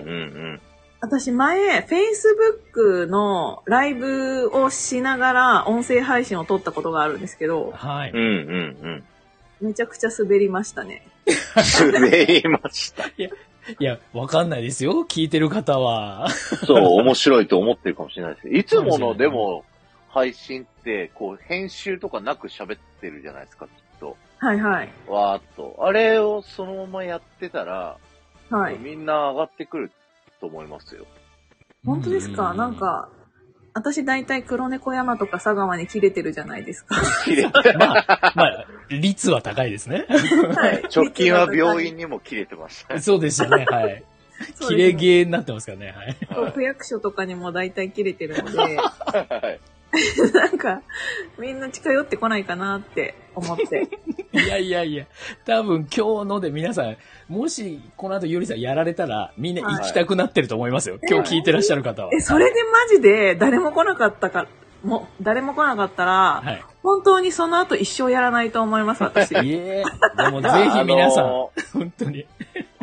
ん
私前、Facebook のライブをしながら音声配信を撮ったことがあるんですけど、
はい
うん。う。んうん
めちゃくちゃ滑りましたね。
うん。滑りました。
いや、わかんないですよ。聞いてる方 は。
そう、面白いと思ってるかもしれないです。いつものでも、配信って、こう、編集とかなく喋ってるじゃないですか、きっと。
はいはい。
わーっと。あれをそのままやってたら、
はい。
みんな上がってくると思いますよ。
本当ですか
う
なん。か、私大体黒猫山とか佐川に切れてるじゃないですか。
綺麗
まあ、まあ、率は高いですね。
はい
直近は病院にも切れてました。
そうでしたね。はい。
そう
切
で
れ
すね
ゲーになってますからね。はい。
はい
区役所とかにも大体切れてるので、
はい
なんか、みんな近寄ってこないかなって思って。
いやいやいや、多分今日ので皆さん、もしこの後ゆりさんやられたら、みんな行きたくなってると思いますよ。今日聞いてらっしゃる方は
え、。それでマジで誰も来なかったか、もう、誰も来なかったら、
はい。
本当にその後一生やらないと思います、私。
いえ、でもぜひ皆さ
あ
ん、
の
本当に。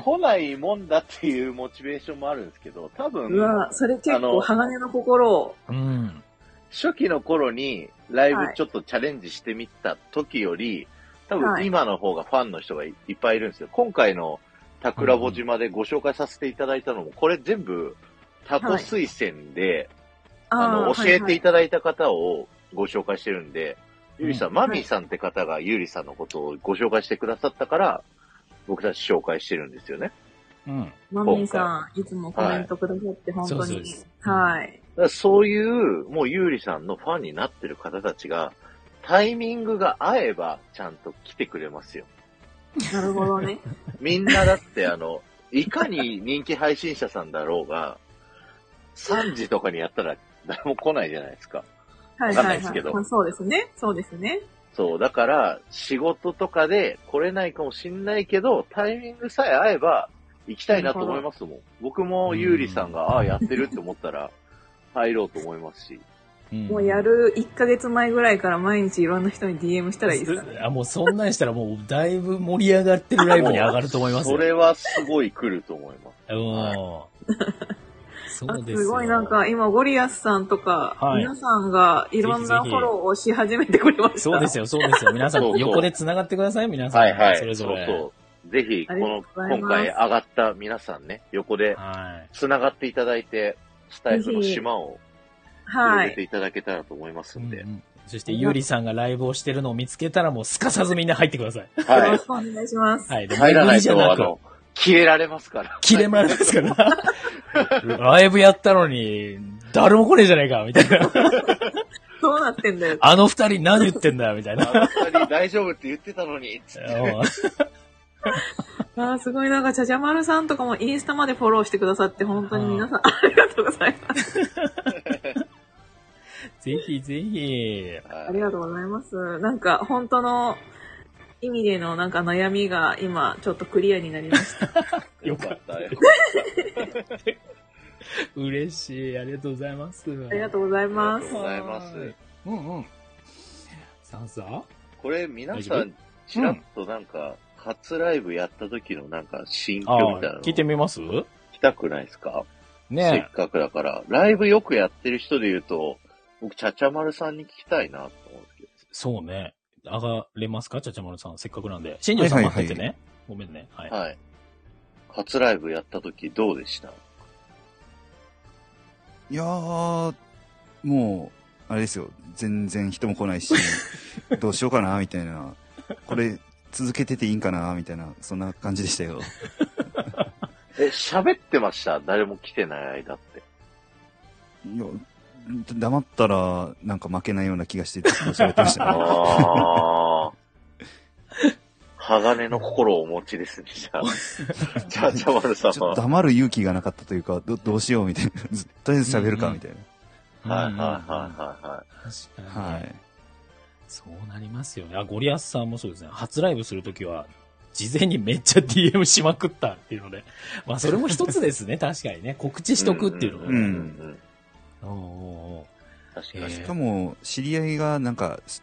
来ないもんだっていうモチベーションもあるんですけど、多分
う、わそれ結
あ
構
の
鋼の心を。
うん。
初期の頃にライ
はい
ブちょっとチャレンジしてみた時より、多
は
分
い
今の方がファンの人がいいっぱいいるんですよ。今回の桜穂島でご紹介させていただいたのも、これ全部タコ推薦で、あの、
ー
教えていただいた方をご紹介してるんで、ゆりさん、マミーさんって方がゆりさんのことをご紹介してくださったから、僕たち紹介してるんですよね。
うん。
はいはいマミーさん、いつもコメントくださって、本当
そうそう
に
です。
はい。
だからそういう、もうゆうりさんのファンになってる方たちが、タイミングが合えば、ちゃんと来てくれますよ。
なるほど ね。
みんなだって、 あの、いかに人気配信者さんだろうが、3時とかにやったら誰も来ないじゃないですか。
はい
わかん
は
ない
い
です
は
け
い。
ど
まあそうですね。そうですね。
そう、だから、仕事とかで来れないかもしんないけど、タイミングさえ合えば、行きたいなと思いますもん。僕もゆうりさんが、ああ、やってるって思った ら、入ろうと思いますし。
ん
もうやる1ヶ月前ぐらいから毎日いろんな人に DM したらいいですかね。
あ、もうそんなんしたらもうだいぶ盛り上がってるライブに上がると思いますよ。
それはすごい来ると思います。
うん。そ
あ
うです
す
よ
ごいなんか、今ゴリアスさんとか、
はい
皆さんがいろんな
ぜ
フ
ひぜひ
ォローをし始めてくれ ました。
そうですよ、そうですよ。皆さん
そうそう
横で繋がってください、皆さん。
はいはい。
それぞれ。
そうそう。ぜひ、こ
あり
の
がとう、ござい
今
ます
回上がった皆さんね、横で
はい。
繋がっていただいて、スタイフの島を
は
広げ
い
て。いただけたらと思いますんで。
うんうんそして、ゆりさんがライブをしてるのを見つけたら、もうすかさずみんな入ってください。
よ
は
ろ
い
し。くお願いします。
はい。で
入らない
じゃ
と、
な
あ
く、
の、切れられますから。
切れまれますから。 ライブやったのに、誰も来ねえじゃねえか、みたいな。
どうなってんだよ。
あの二人何言ってんだよ、みたいな。
あの二人大丈夫って言ってたのに、つって
う
あーすごい。なんか、ちゃちゃまるさんとかもインスタまでフォローしてくださって、本当に皆さんありがとうございます。
んぜひぜひ。
は
ありがとうございます。なんか、本当の意味でのなんか悩みが今、ちょっとクリアになりま した。
い。よかったよ。
嬉しい。ありがとうございます。
ありがとうござい
あ
ま
りが
す
とう。ございます。
うんうん。さんさん
これ、皆さん、ちらっとなんか、初ライブやった時のなんか、心境みたいなの
聞いてみます
聞きたくないですかせ
ね
っかくだから、ライブよくやってる人で言うと、僕、ちゃちゃまるさんに聞きたいなと思うんですけど。
そうね。上がれますかちゃちゃまるさん。せっかくなんで。新庄さん待っててね。ごめんね。はい。
はい。初ライブやった時どうでした
いやー、もう、あれですよ。全然人も来 ないし、どうしようかな、みたいな。これ、続けてていいんかな、みたいな、そんな感じでしたよ。
え、喋ってました誰も来てない間って。
いや、黙ったら、なんか負けないような気がして、ずっと喋ってましたね。
ああ。鋼の心をお持ちですね、じゃ あ。ちゃちゃまるさん
ちょっ と
は。
黙る勇気がなかったというか、どどうしようみたいな。 ずとりあえず喋るかみたい
はいはいはいはい。はい
い
な。
確かに。
はい。
そうなりますよね。あ、ゴリアスさんもそうですね。初ライブするときは、事前にめっちゃ DM しまくったっていうので。まあ、それも一つですね。確かにね。告知しとくっていうのも
うん
ね。
うんうんうん
おうおうおう
確か
え
に。
ー
しかも、知り合いがなんか、す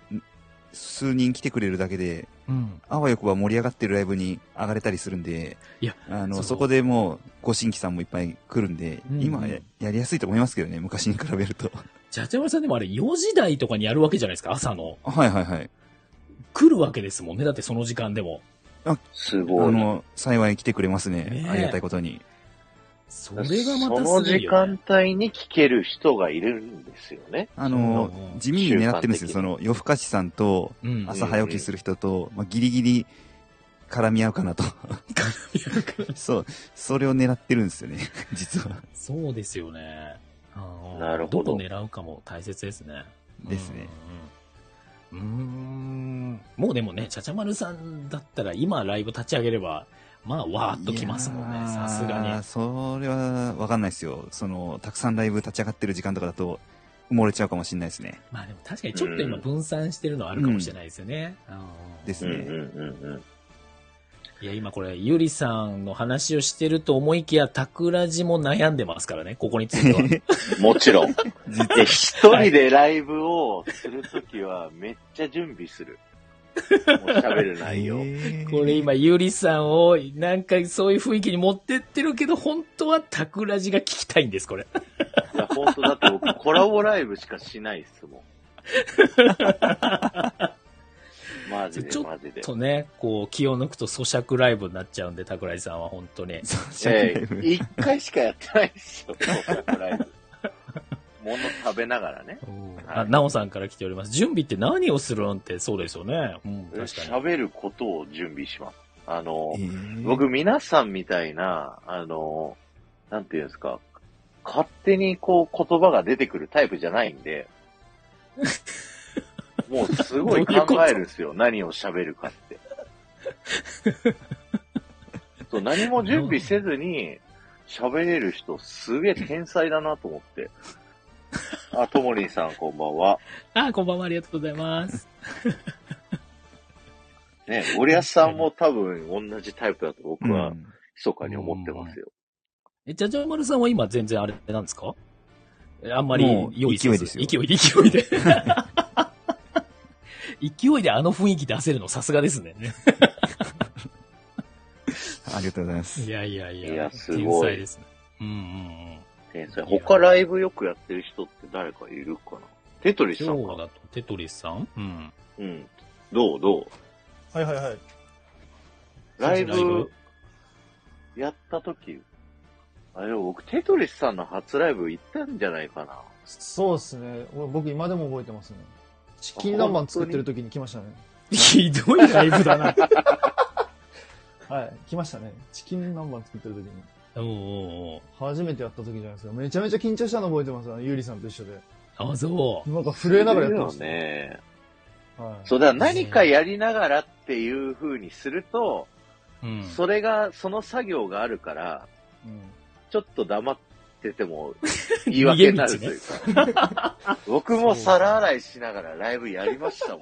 数人来てくれるだけで、
うん。
あわよくば盛り上がってるライブに上がれたりするんで、
いや
あ
そ
の
う
そこでもう、ご新規さんもいっぱい来るんで、
うんうん
今ややりやすいと思いますけどね、昔に比べ ると。
じゃちゃまさんでもあれ4時台とかにやるわけじゃないですか、朝の。
はいはいはい。
来るわけですもんね、だってその時間でも。
す
あ
ごい。
の、幸い来てくれますね。
ねえ
ありがたいことに。
それがま
そ
たす
の
ごい
時
よ、ね
間。帯に聞ける人がいるんですよね。
あの
そうう、ん
地味に狙ってるんですよ。
習慣的に
その、夜更かしさんと、
その
朝早起きする人と、まあ、ギリギリ絡み合うかなと。
うん。
そう、それを狙ってるんですよね、 実は。
そうですよね。うん
なるほど
どこ狙うかも大切ですね。
ですね
うんうんうん。うーん。もうでもね、ちゃちゃまるさんだったら今ライブ立ち上げれば、まあ、わーっときますもん
いや
ね、
ー
さすがに。
それはわかんないですよ。その、たくさんライブ立ち上がってる時間とかだと、埋もれちゃうかもしれないですね。
まあでも確かにちょっと今分散してるのはあるかもしれないですよね。うんうん
です
うんうん
ね。
うん
いや、今これ、ゆりさんの話をしてると思いきや、たくらじも悩んでますからね、ここについて は。
うん。もちろん。で、一人でライブをするときはめっちゃ準備する。もう喋る内容。
これ今、ゆりさんを、なんかそういう雰囲気に持ってってるけど、本当はたくらじが聞きたいんです、これ。
いや、本当だって僕コラボライブしかしないっすもん。マジで
ちょっ
マジで。
とね、こう、気を抜くと咀嚼ライブになっちゃうんで、たくらじさんは本当に。
そう、
え
ライブ
え一回しかやってないっ すよ、コラボライブ。物食べながらね。
あ、なおさんから来ております。準備って何をするんって、そうですよね。うん、確かに。
喋ることを準備します。あの、
えー
僕皆さんみたいな、あの、なんていうんですか、勝手にこう言葉が出てくるタイプじゃないん で、もうすごい考えるんですよ。何を喋るかって。そう何も準備せずに喋れる人すげえ天才だなと思って。あ、ともりんさんこんばんは。
あ、こんばんは、ありがとうございます。
ね、ゴリアスさんも多分同じタイプだと僕は
うん
密かに思ってますよ。
え、じゃじゃまるさんは今全然あれなんですかえあんまり
もう
用意せず
勢いです
勢いで、勢いで。勢いであの雰囲気出せるのさすがですね。
ありがとうございます。
いやいやいや。
いやすごい
天才ですね。うんうんうん。
天才。他ライブよくやってる人って誰かいるかなテトリスさん
今日
か。
だとテトリスさんうん。
うん。どうどう
はいはいはい。
ライブやった時あれ、でも僕、テトリスさんの初ライブ行ったんじゃないかな。
そうですね。俺僕今でも覚えてますね。チキン南蛮作ってる時に来ましたね。
ひどいライブだな。
はい、来ましたね。チキン南蛮作ってる時に。
おうおう
初めてやった時じゃないですか。めちゃめちゃ緊張したの覚えてます。あのゆりさんと一緒で。
おうあ、そう。
なんか震えながらやってま
よ
した。
ね。
はい。
そう、だから何かやりながらっていう風にすると、
うん。
それが、その作業があるから、
うん
ちょっと黙ってて も言い訳になるというか。僕も皿洗いしながらライブやりましたもん。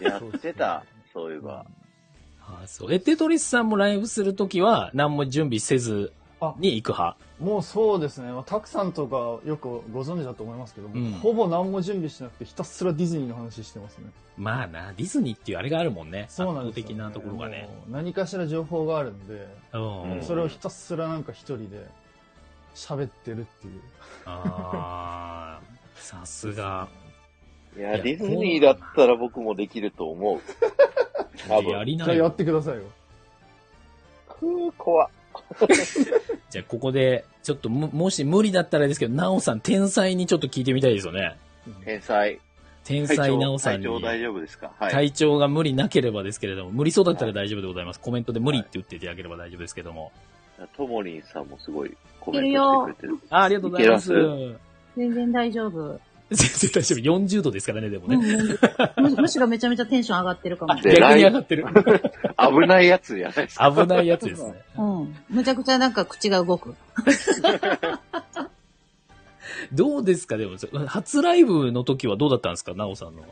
やってた、そういえば。
あ、そう。え、テトリスさんもライブするときは何も準備せずに行く派。
もうそうですね、まあ、たくさんとかよくご存知だと思いますけども、
うん
ほぼ何も準備しなくてひたすらディズニーの話してますね。
まあな、ディズニーっていうあれがあるもんね。
そうなんです
圧倒的なところがね。。
もう何かしら情報があるんで、
うんうん。
それをひたすらなんか一人で喋ってるっていう。
ああ、さすが。
いや、
いや
ディズニーだったら僕もできると思う。多
や
分。
り
じ
な
ゃあ
い
や
よ
ってくださいよ。
くー、怖っ
じゃあ、ここで、ちょっとむ、もし無理だったらですけど、なおさん、天才にちょっと聞いてみたいですよね。
天才。
天
体
才
調
なおさん
体
に。
調大丈夫ですかはい。
体調が無理なければですけれども、無理そうだったら大丈夫でございます。コメントで無理って打っていただければ大丈夫ですけども。
ともりんさんもすごいコメントしてくれてる。
あ、ありがとうございます。
いけま
全
全然大丈夫。
然 大丈夫。40度ですからね、でも
うん
ね。
むむしろめちゃめちゃテンション上がってるかも
あ、
し
逆
れ
でライブ
に上がっ てる。
危ないやつじゃないですか。
危ないやつですね。
ない。うん。むちゃくちゃなんか口が動く。
どうですか、でも、初ライブの時はどうだったんですか、なおさんの。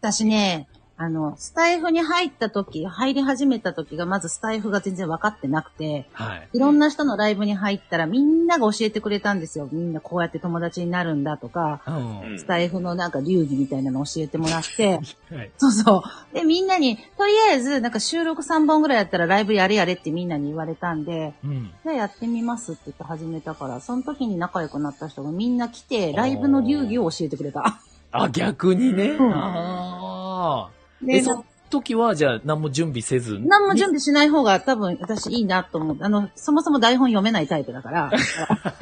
私ね、あの、スタイフに入った時、入り始めた時が、まずスタイフが全然分かってなくて、
はい。
いろんな人のライブに入ったら、みんなが教えてくれたんですよ。みんなこうやって友達になるんだとか、
うん。
スタイフのなんか流儀みたいなの教えてもらって、
はい。
そうそう。で、みんなに、とりあえず、なんか収録3本ぐらいやったらライブやれやれってみんなに言われたんで、
うん。
じゃあやってみますって言って始めたから、その時に仲良くなった人がみんな来て、ライブの流儀を教えてくれた。
あ、逆にね。
うん
ああ。え、
で、
その時は、じゃあ、何も準備せず。
何も準備しない方が多分私いいなと思う。あの、そもそも台本読めないタイプだ から、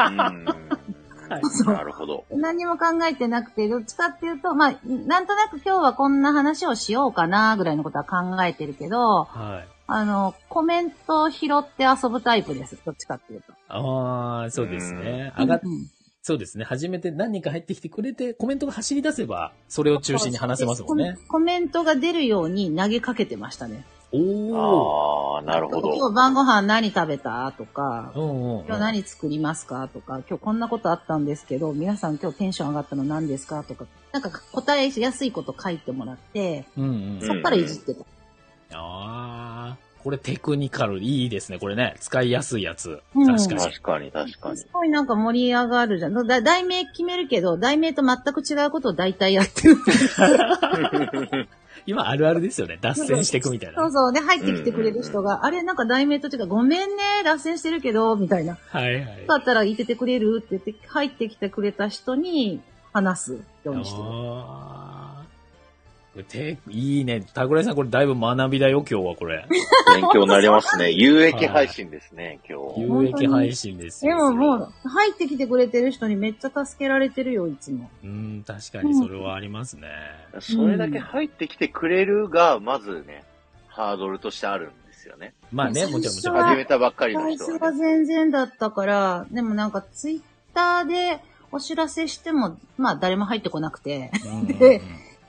うん。なるほど。
何も考えてなくて、どっちかっていうと、まあ、なんとなく今日はこんな話をしようかなぐらいのことは考えてるけど、
はい。
あの、コメントを拾って遊ぶタイプです。どっちかっていうと。
ああ、そうですね。上がっ、
うん
そうですね。初めて何人か入ってきてくれて、コメントが走り出せば、それを中心に話せますもんね
コ。メコメントが出るように投げかけてましたね。
おお。
ああ、なるほ
今
ど。
日晩ご飯何食べたとか、
うんうん。
今日何作りますかとか、今日こんなことあったんですけど、皆さん今日テンション上がったの何ですかとか、なんか答えやすいこと書いてもらって、
うんうん。
そっからいじってた。
ああ。これテクニカルいいですね。これね。使いやすいやつ。
うん
確かに。
確かに、確かに
す。ごいなんか盛り上がるじゃん。だ題名決めるけど、題名と全く違うことを大体やってる。
今あるあるですよね。脱線していくみたいな。
そうそう。で、入ってきてくれる人が、あれ、なんか題名と違う。ごめんね、脱線してるけど、みたいな。
はいはい。
だったら入れてくれるって言って、入ってきてくれた人に話すようにしてる。
あーこれテいいね。タグライさん、これだいぶ学びだよ、今日はこれ。
勉強になりま すね。有益配信ですね、今日。
有益配信です
で
よ。
もも
それは。
う、入ってきてくれてる人にめっちゃ助けられてるよ、いつも。
うん、確かにそれはありますね。
それだけ入ってきてくれるが、まずね、ハードルとしてあるんですよね。
まあね、もちろんもちろん。
始めたばっかりの
最
人
初
は
は
ね。
全然だったから、でもなんかツイッターでお知らせしても、まあ誰も入ってこなくて、
うんうん
で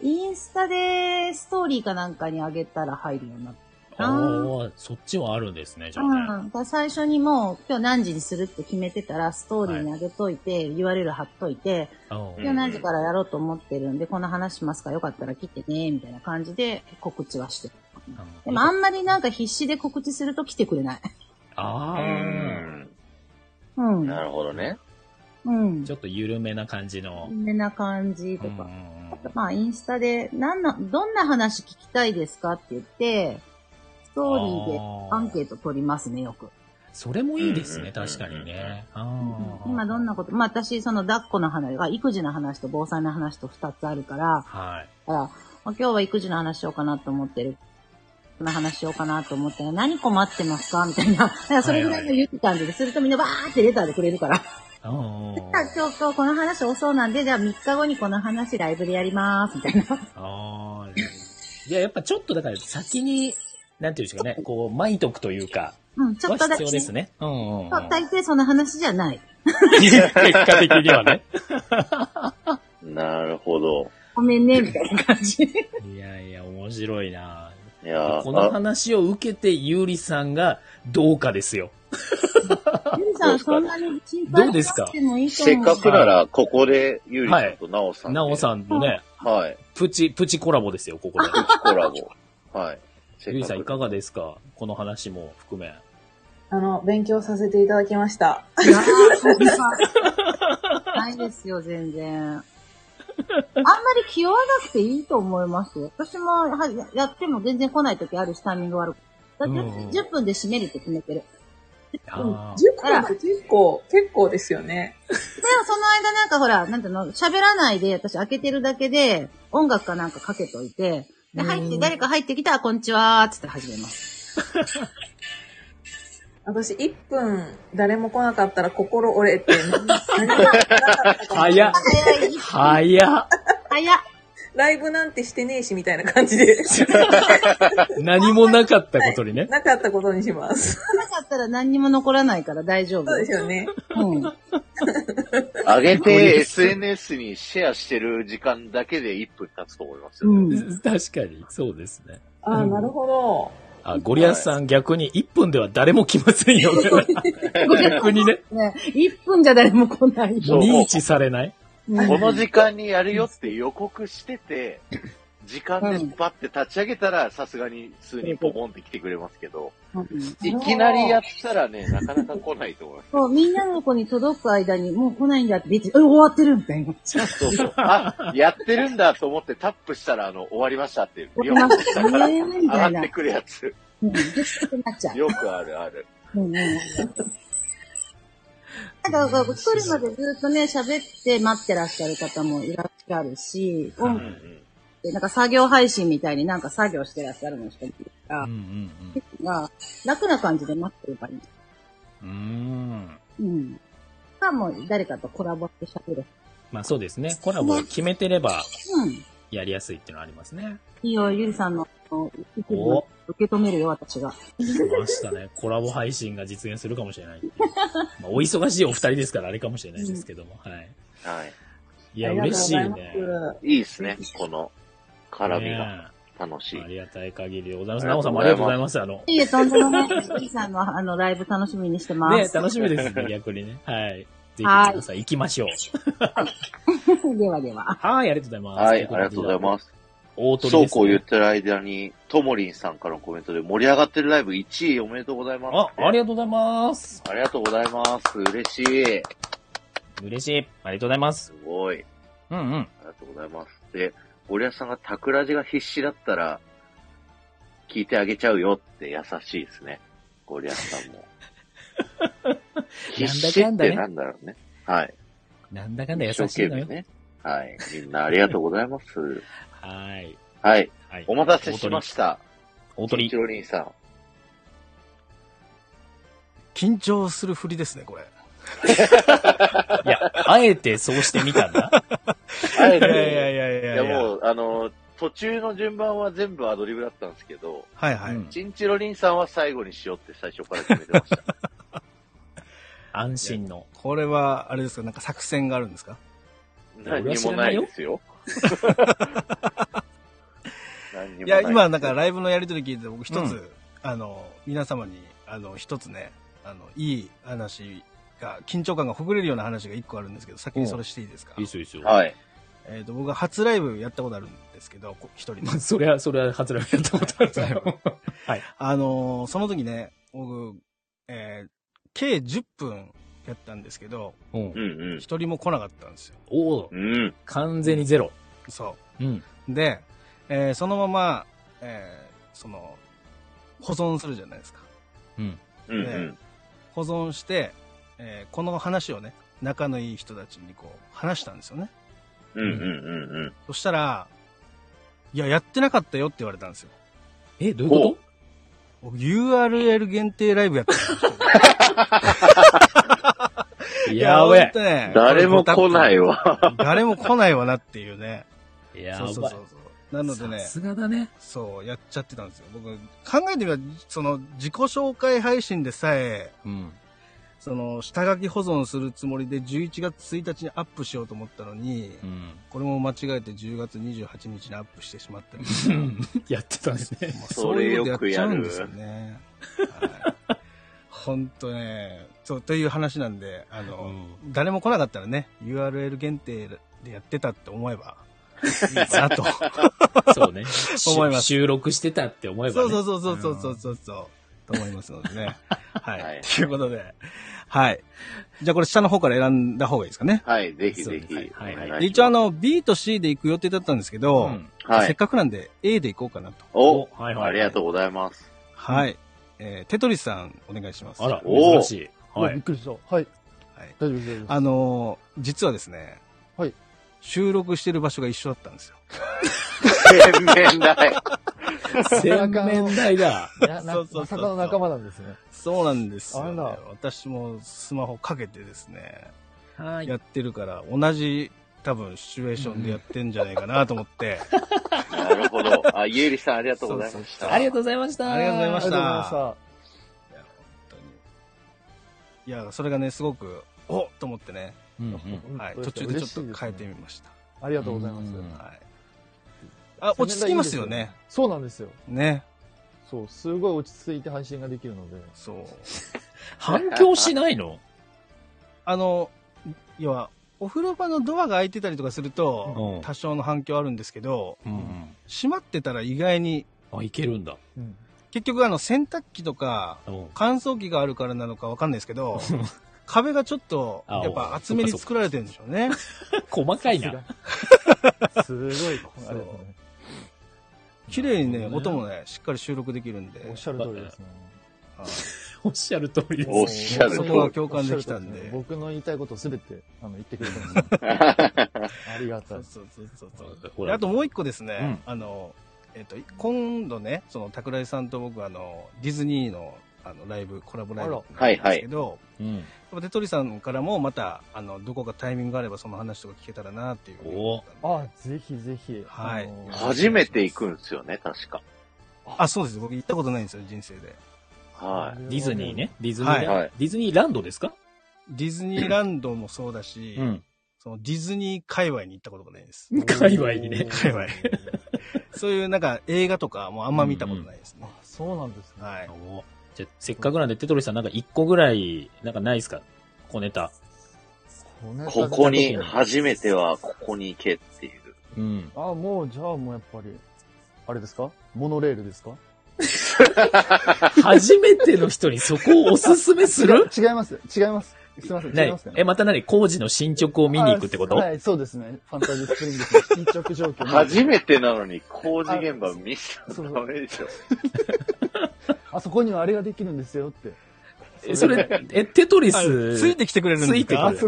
インスタでストーリーかなんかにあげたら入るようになっ
うんおーそっちはあるんですね、じ
た。
ゃあね。
うん。だから最初にもう今日何時にするって決めてたら、ストーリーにあげといて、URL 貼っといて、
うん
今日何時からやろうと思ってるんで、この話しますからよかったら来てね、みたいな感じで告知はしてる。でもあんまりなんか必死で告知すると来てくれない。
あ
う
ー
ん
うん。
なるほどね。
うん。
ちょっと緩めな感じの
こ。んな感じ
う
と
んうんう
か。
ん
まあ、インスタで、なんな、どんな話聞きたいですかって言って、ストーリーで
あー
アンケート取りますね、よく。
それもいいですね、
うんうんうん
確かにね。
うん今どん
な
なこと、まあ私、その抱っこの話が、育児の話と防災の話と二つあるから、
はい。
だから、まあ今日は育児の話しようかなと思ってる。この話しようかなと思ったら、何困ってますかみたいな。だからそれぐらいの言ってたんでするとみんなバーってレターでくれるから。
うんうんうん
あ今日今日この話多そうなんで、じゃあ3日後にこの話ライブでやります、みたいな。
ああ。いや、やっぱちょっとだから先に、なんていうんですかね、こう、巻いとくというか、
うん、ちょっ
は
とだけ。
必要ですね。うんうん、うん。
そう大抵その話じゃない。
結果的にはね。
なるほど。
ごめんね、みたいな感じ。
いやいや、面白いない
やー
この話を受けて、ゆうりさんがどうかですよ。
ゆりさ、
どうんですか
そんなに心配しなくてもいいと
せっ
思う。
かくなら、ここで、ゆりさんとなおさんで。
なおさんのね、
はい。
プチ、プチコラボですよ、こ こで。
コラボ。はい。せっ
ゆり
か
さんい
く
かがですかこの話も 含め。
あの、勉強させていただきました。
いやーそん なないですよ、全然。あんまり気負わなくていいと思いますよ。私もはややっても全然来ない時あるし、タイミング悪く。だって
うん
10分で締めるって決めてる。
あ
10分って結構、結構ですよ ね。
で、その間なんかほら、なんていうの、喋らないで、私開けてるだけで、音楽かなんかかけといて、で、入って、誰か入ってきたら、こんにちはーっつって始めます。
私、1分誰も来なかったら心折れて、何も
ー早っ。
早い、
早っ。
早い。
ライブなんてしてねえし、みたいな感じ で、
何もなかったことにね。
なかったことにします。
なかったら何にも残らないから大丈夫
そう。ですよね。
うん。
上げて SNS にシェアしてる時間だけで1分経つと思いますよ。
うん。
確かに、そうですね。
ああ、なるほど。
あ、ゴリアスさん逆に1分では誰も来ませ んよ。逆にね、
ね、1分じゃ誰も来ない。
そう
認知されない。
うん
この時間にやるよって予告してて、時間でバッて立ち上げたら、さすがに普通にポコンって来てくれますけど、いきなりやったらね、なかなか来ないと思います。
そう、みんなの子に届く間に、もう来ないんだって、別に、え、終わってるみたいな。
そうそう。あ、やってるんだと思ってタップしたら、あの、終わりましたっていう。
終わりました
リモコン下から
ね
上
みたいな
がってくるやつ。
うん、できなくなっちゃう。
よくあるある。
うんうんうんなんか、一人までずっとね、喋って待ってらっしゃる方もいらっしゃるし、
うんう
音
ん。
でなんか作業配信みたいになんか作業してらっしゃるの人もいるから、
うん
が楽な感じで待ってればいい。
うんうん。うーん。
うん。かもう誰かとコラボして喋る。
まあそうですね。コラボを決めてれば
うん。
やりやすいっていうのはありますね。
いいよ、ゆりさんの、あの意見
お
を受け止めるよ、私が。
来まし たね。コラボ配信が実現するかもしれないっていう。まあお忙しいお二人ですからあれかもしれないですけども。はい。
はい。
いや、
あり
嬉
がとうご
しい
ざい
ね
ま。す。
いいですね。この絡みが
ね
楽し
えあ
い。
りがたい限りでございます。
あ
な
りが
おさ
とう
んも
ご
あ
ざ
り
い
が
ます
とうございます。あの、
いいえ、とんでもない。ゆりさんのあの、ライブ楽しみにしてま
ね
す。
楽しみですね、逆にね。はい。ぜひ
はい
皆さん行きましょ う。
ではでは。
はい、ありがとうございます。
はい、ありがとうございます。
大鳥
そう
です、
こう言ってる間に、ともりんさんからのコメントで盛り上がってるライブ1位おめでとうございます。
あ、ありがとうございます。
ありがとうございます。嬉しい。
嬉しい。ありがとうございます
す。ごい。
うんうん。
ありがとうございます。で、ゴリアスさんがタクラジが必死だったら、聞いてあげちゃうよって優しいですね。ゴリアスさんも。必死ってなんだろうね。はい。
なんだかんだ優
一生
しい
懸
の
命
よ。
ね。はい。みんなありがとうございます。
はい。
はい。
はい。
お待たせしました。
大
キン
鳥
チ。ロリンさん。
緊張するふりですね、これ。
いや、あえてそうしてみたんだ。
あえ
いやいや
て、
いやい
いや
やいや。
もう、あの、途中の順番は全部アドリブだったんですけど、
はいはい。
うん
チンチロリンさんは最後にしようって最初から決めてま した。
安心の。
これは、あれですか、なんか作戦があるんですか
何にもないですよ。何にも
い
な
や、
い
今、なんかライブのやりとり聞いてて、僕一つ、
うん
あの、皆様に、あの、一つね、あの、いい話が、緊張感がほぐれるような話が一個あるんですけど、先にそれしていいですか
いいっすよ、いいっすよ。
はい。
えっ、と、僕は初ライブやったことあるんですけど、こ一人で
まあ、。 それは、それは、初ライブやったことあると思う。
あのーその時ね、僕、えー計10分やったんですけど、
うん
う。ん
一人も来なかったんですよ。
おお
う、ん。うん。
完全にゼロ。
そ
うん。
う。で、えーそのまま、えーその、保存するじゃないですか。
うん。
うんうん。
保存して、えーこの話をね、仲のいい人たちにこう、話したんですよね。
うんうんうんうん。
そしたら、いや、やってなかったよって言われたんですよ。
え、どういうこと
僕 URL 限定ライブやったんですよ
やべ
ほんとね
誰も来ないわ。
誰も来ないわなっていうね。
え。や
そ
ば
う
い。
そうそうそう。なのでね
さ、すがだね。
そう、やっちゃってたんですよ。僕、考えてみれば、その、自己紹介配信でさえ、
うん。
その、下書き保存するつもりで11月1日にアップしようと思ったのに、
うん。
これも間違えて10月28日にアップしてしまったり
やってたんですね。
まあ
それよくやる
そういうことやっちゃうんですよね。はい本当ね、そう、という話なんで、あの、誰も来なかったらね、URL 限定でやってたって思えば、いいかなと。
そうね。
思います
し収録してたって思えば、
そう
ね。
そうそうそうそうそうそうと思いますので ね。はい。
はい
ということで、はい。じゃあこれ下の方から選んだ方がいいですかね。
はい、ぜひぜひ。
はいはい
お願
で
いし
一応あ
ます、
の、B と C で行く予定だったんですけど、
うん
は
せっ
い。
かくなんで A で行こうかなと。
お、
はいはい。
ありがとうございます。
はい。えーテトリスさんお願いします。
あら、
おー
珍しい。
うわ
は
びっ
い。
くりした。はい。
はい
大丈夫です、大丈夫です。
あのー実はですね、
はい
収録してる場所が一緒だったんですよ。
洗面台。
洗 面台 だ。
なな
そうそうそう
まさかの仲間なんですね。
そうなんですよ、ね
あら。
私もスマホかけてですね、
はい。
やってるから、同じ多分シチュエーションでやってんじゃないかなと思って、
なるほど。あ、ゆうりさんありがとうございました。
ありがとうございました。
ありがとうございま
あり
し
がとうござい
た
まし。た。
いや、本当に。いや、それがね、すごく、おっと思ってね、
うんうん
はい、
本
途
当す
中
ね
でちょっと変
嬉しい
えて
ですね
みました。
ありがとうございます。
うん
はい。あ、落ち着きますよね。。
そうなんですよ。
ね。
そう、すごい落ち着いて配信ができるので。
そう。
反響しないの
あの、要は、お風呂場のドアが開いてたりとかする
う
と、
ん
多少の反響あるんですけど、
うん。
閉まってたら意外に、
あ、いけるんだ。
結局あの洗濯機とか
うん。
乾燥機があるからなのかわかんないですけ ど、壁がちょっと、
あ
やっぱ厚めに作られてるんでしょうね。
細かいな。
すごい、あれですね。
綺麗にね、
なるほど
音
ね
もね、しっかり収録できるんで。
おっしゃる通りですね。
おっしゃる通りです。
おっしゃる
そ
通
こは
り。
共感できたん
おっしゃる通り
で。
すね僕の言いたいことすべて、あの、言ってくれてます。 ありがた
そ。
いう
そうそうそうそう。
ほ
で
ら
あともう一個ですね、あの、えっ、と、今度ね、その、桜井さんと僕、あの、ディズニーの、あの、ライブ、コラボライブなん
あらはい
で
はい
すけど、
うん。
やっぱ手取りさんからもまた、あの、どこかタイミングがあればその話とか聞けたらなっていうふうに思ったんで
あ、ぜひぜひ。
はい
あの
初めて行くんですよね、確か。
あ、そうです。僕行ったことないんですよ、人生で。
は
ディズニーね。。ディズニ
は
ー
い
ラン、
はい
ディズニーランドですか
ディズニーランドもそうだし、
ん。
そのディズニー界隈に行ったことがないです。
界隈にね。
界隈。 そういうなんか映画とかもあんま見たことないですね。
そうなんですね。
はい。
おじゃあせっかくなんで、テトリさんなんか一個ぐらい、なんかないですか小ネタ。
い。
ネタ
ここに、初めてはここに行けっていう。
うん。
あ、もう、じゃあもうやっぱり、あれですかモノレールですか
初めての人にそこをおすすめす る
違います。違います。すいません。
な
違い
い
ますかね
え、また何工事の進捗を見に行くってこと
あはい、そうですね。ファンタジースプリングスの進捗状況。
初めてなのに工事現場見せたらダメでしょ。
あそこにはあれができるんですよって。
え、それ、え、テトリ
あ
ス、
ついてきてくれるん
つ
で
い
す
て
か
く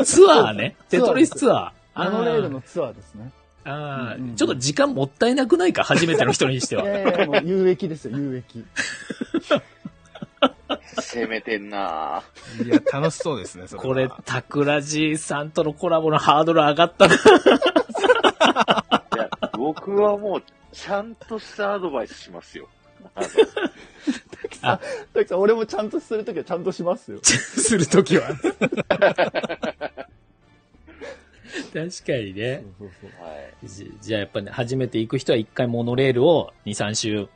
る。ツアーね。テトリスツアー。
あのレールのツアーですね。
あ
うんう
ー
ん
ちょっと時間もったいなくないか初めての人にして
い
は。
やいや、もう有益ですよ、有益。
攻めてんなぁ。
いや、楽しそうですね、それは
これ、タクラジさんとのコラボのハードル上がったな。
いや、 僕はもう、ちゃんとしたアドバイスしますよ。あ
だ
の
から俺もちゃんとするときはちゃんとしますよ。
するときは。確かにね。
そうそう
はい。
じじゃあやっぱね、初めて行く人は一回モノレールを2、3週、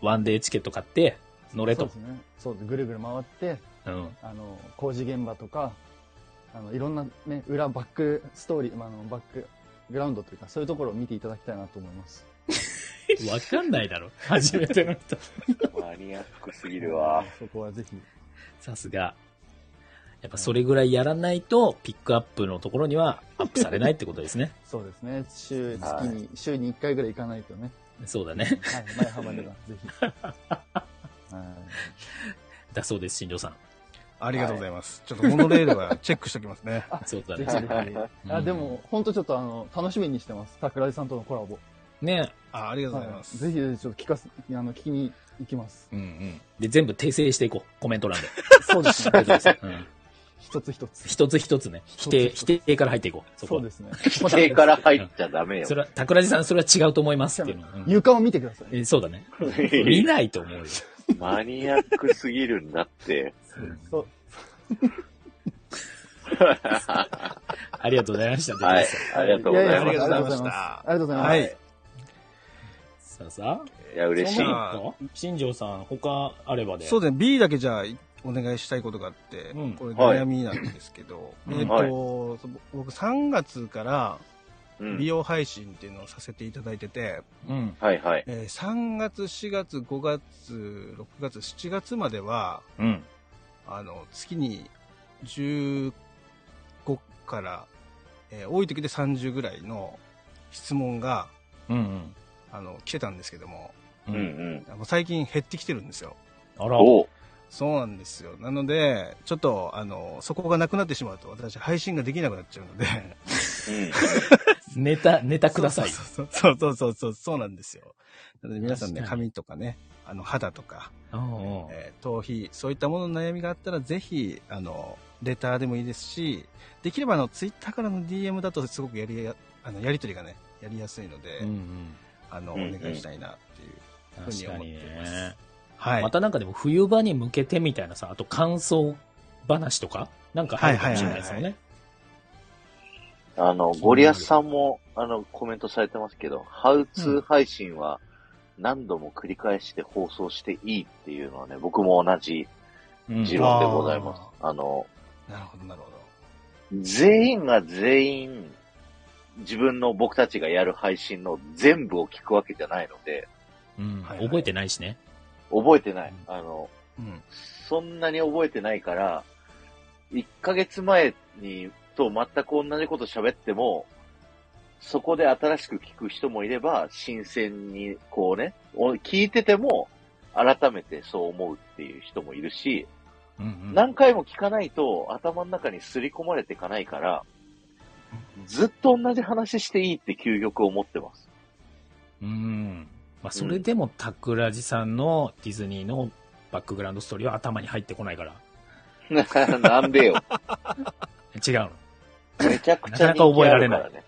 ワンデーチケット買って乗れ
そう
と
で。すね。そうですぐるぐる回って、
うん。
あの、工事現場とか、あの、いろんなね、裏バックストーリー、まああの、バックグラウンドというか、そういうところを見ていただきたいなと思います。
わかんないだろ。初めての人。
マニアックすぎるわ。
そこはぜひ。
さすが。やっぱそれぐらいやらないと、ピックアップのところにはアップされないってことですね。
そうですね。週、
はい
月に、週に1回ぐらい行かないとね。
そうだね。
はい、前浜 では、ぜひ。はい
だそうです、新庄さん。
ありがとうございます。ちょっとモノレールはチェックしておきます ね。
そうだ
ぜ
ね
ひ。ぜひ。
う
あ
ん
でも、ほんとちょっとあの、楽しみにしてます。桜井さんとのコラボ。
ね
あありがとうございま
はい
す。
ぜひぜひちょっと聞かせ、あの、聞きに行きます。
うんうん。で、全部訂正していこう。コメント欄で。
そうですね。
うん
一つ一つ。
一つ一つね。否定、否定から入っていこう。そこ
そう
は
ですね。
否定から入っちゃダメよ
そ。れは、桜地さん、それは違うと思いますっていうの。うん
床を見てください。
えそうだね。見ないと思うよ。
マニアックすぎるんだって。
そう。
ありがとうございました。
はい。ありがとうござ
や
い
や
ま
い
す。
ありがとうござ
ます
いま
した。ありがとうございます。
は
はい
い。
さあさあ。
いや、嬉し
そ
い。
ん
は
なの新庄さん、他あればで。
そうですね、B だけじゃあいお願いしたいことがあって、
うん
これ
はい
悩みなんですけど、
うん
えっ、
はい
と、そ僕3月から
う
美
ん。
容配信っていうのをさせていただいてて、
うん。
はいはい。
えー3月、4月、5月、6月、7月までは、
うん。
あの、月に15から、えー多い時で30ぐらいの質問が、
うん
あの、来てたんですけども、
う。
うんうんん。
あの最近減ってきてるんですよ。
あら。
おう
そうなんですよ。なので、ちょっと、あの、そこがなくなってしまうと、私、配信ができなくなっちゃうので。
うん。
ネタ、ネタください。
そうそうそうそうそうそう、そうなんですよ。なので、皆さんね、
確かに
髪とかね、あの、肌とか、
うんうん
えー頭皮、そういったものの悩みがあったら、ぜひ、あの、レターでもいいですし、できれば、あの、ツイッターからの DM だと、すごくやりや、あの、やりとりがね、やりやすいので、
うんうん。
あの、お
うんうん
願いしたいなっていう。
確かにね。
はい。
またなんかでも冬場に向けてみたいなさ、あと感想話とか、なんか入るかもしれないですよ
は
ね。
あの、ゴリアスさんも、あの、コメントされてますけど、ハウツー配信は何度も繰り返して放送していいっていうのはね、僕も同じ
うん
持論でございます。あの、
なるほど、なるほど。
全員が全員、自分の僕たちがやる配信の全部を聞くわけじゃないので、
うん。覚えてないしね。
覚えてない。あの、
うん。
そんなに覚えてないから、1ヶ月前にと全く同じこと喋っても、そこで新しく聞く人もいれば、新鮮にこうね、お聞いてても、改めてそう思うっていう人もいるし、
うん
何回も聞かないと頭の中に刷り込まれていかないから、ずっと同じ話していいって究極を持ってます。
うん。うん。まあ、それでも、タクラジさんのディズニーのバックグラウンドストーリーは頭に入ってこないから。
なんでよ。
違うの。
めちゃくちゃ
なかなか覚えら
人気あ
れない
るからね。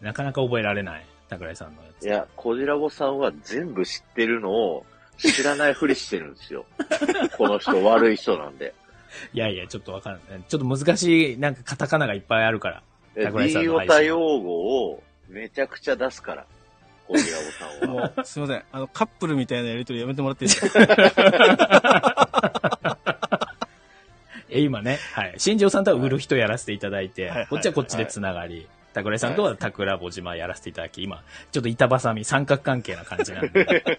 なかなか覚えられない。桜井さんのやつ。
いや、コジラボさんは全部知ってるのを知らないふりしてるんですよ。 この人悪い人なんで。
いやいや、ちょっとわかんない。ちょっと難しい、なんかカタカナがいっぱいあるから。
え
桜井さん
D
の
オ
配信
タ用語をめちゃくちゃ出すから、コジラボ さんは。
もう、 すいません。あの、カップルみたいなやりとりやめてもらっていいですか
え、今ね、はい。新庄さんとは売る人やらせていただいて、
はい
こっちはこっちでつながり、桜井さんとは桜坊島やらせていただき、今、ちょっと板挟み、三角関係な感じな んで、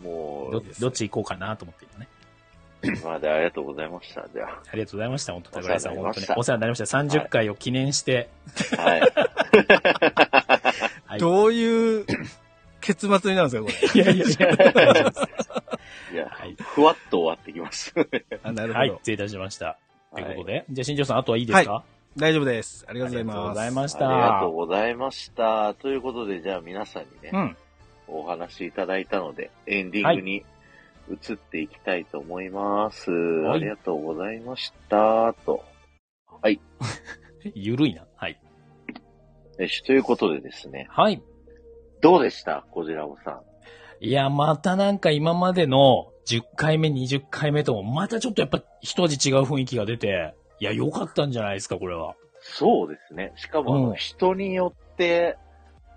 も
どどっち行こうかなと思って今ね。
う、 まあでありがとうございました。じゃ
ありがとうございました、本当桜井さん、
お世話になりま
本当
し
に
た。
お世話になりました。30回を記念して、
あ、はい。
はい。
どういう結末になるんですか、これ。
いやいやいや、大丈夫です
い や
はい、
ふわっと終わってきましたね。
あ、なるほど。
はい、失礼いたしました。ということで、じゃあ新庄さん、あとはいいで
は
す
い
か、
大丈夫です。ありが
あ
と
り
うござ
がと
い
うご
ます。
ざいました。
ありがとうございました。ということで、じゃあ皆さんにね、
うん
お話しいただいたので、エンディングに移っていきたいと思います。
はい
ありがとうございました。と。
ゆるいな。はい。
よし、ということでですね、
はい。
どうでしたこじらぼさん。
いや、またなんか今までの10回目、20回目とも、またちょっとやっぱ一味違う雰囲気が出て、いや、良かったんじゃないですか、これは。
そうですね。しかも、あ
うん
の、人によって、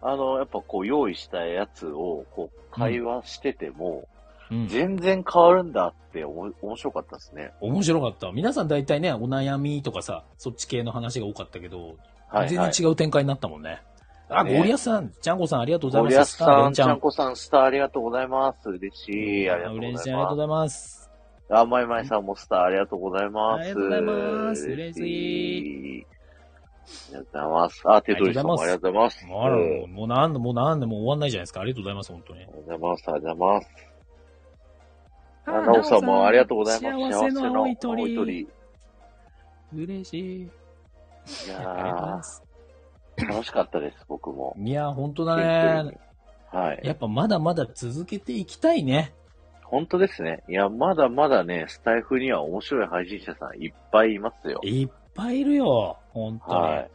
あの、やっぱこう、用意したやつを、こう、会話してても、
うん。
全然変わるんだって、おも面白かったですね。
面白かった。皆さん大体ね、お悩みとかさ、そっち系の話が多かったけど、
はい、はい。
全然違う展開になったもんね。あ、
ね
ゴリアスさん、ちゃんこさんありがとうござい
ゴ
ま
リ
す。
アスさん、
ち
ちゃ
ゃ
ん
ん。
こさん、スターありがとうございます。嬉しい。ありがとうござい
嬉
ま
し
す
い、ありがとうご。ざいます。
あ、まいまいさんもスターありがとうございます。
ありがとうございます嬉
い。
し
ありがとうございます。あ、テトリスさんもありがとうございます。
もうあら、
うん
もう何度も何度も終わんないじゃないですか。ありがとうございます、本当に
あ。りがとうございます。ありがとうございます。あなおさんもありがとうございます。
幸せの青い
幸せの青い
鳥。
い
嬉しい。
や
ありがとうござい
ー
ます。
楽しかったです、僕も。
いや、本当だ
シンプ
ね
ル。にはい。
やっぱまだまだ続けていきたいね。
本当ですね。いや、まだまだね、スタイフには面白い配信者さんいっぱいいますよ。
いっぱいいるよ。本当に。
はい。だか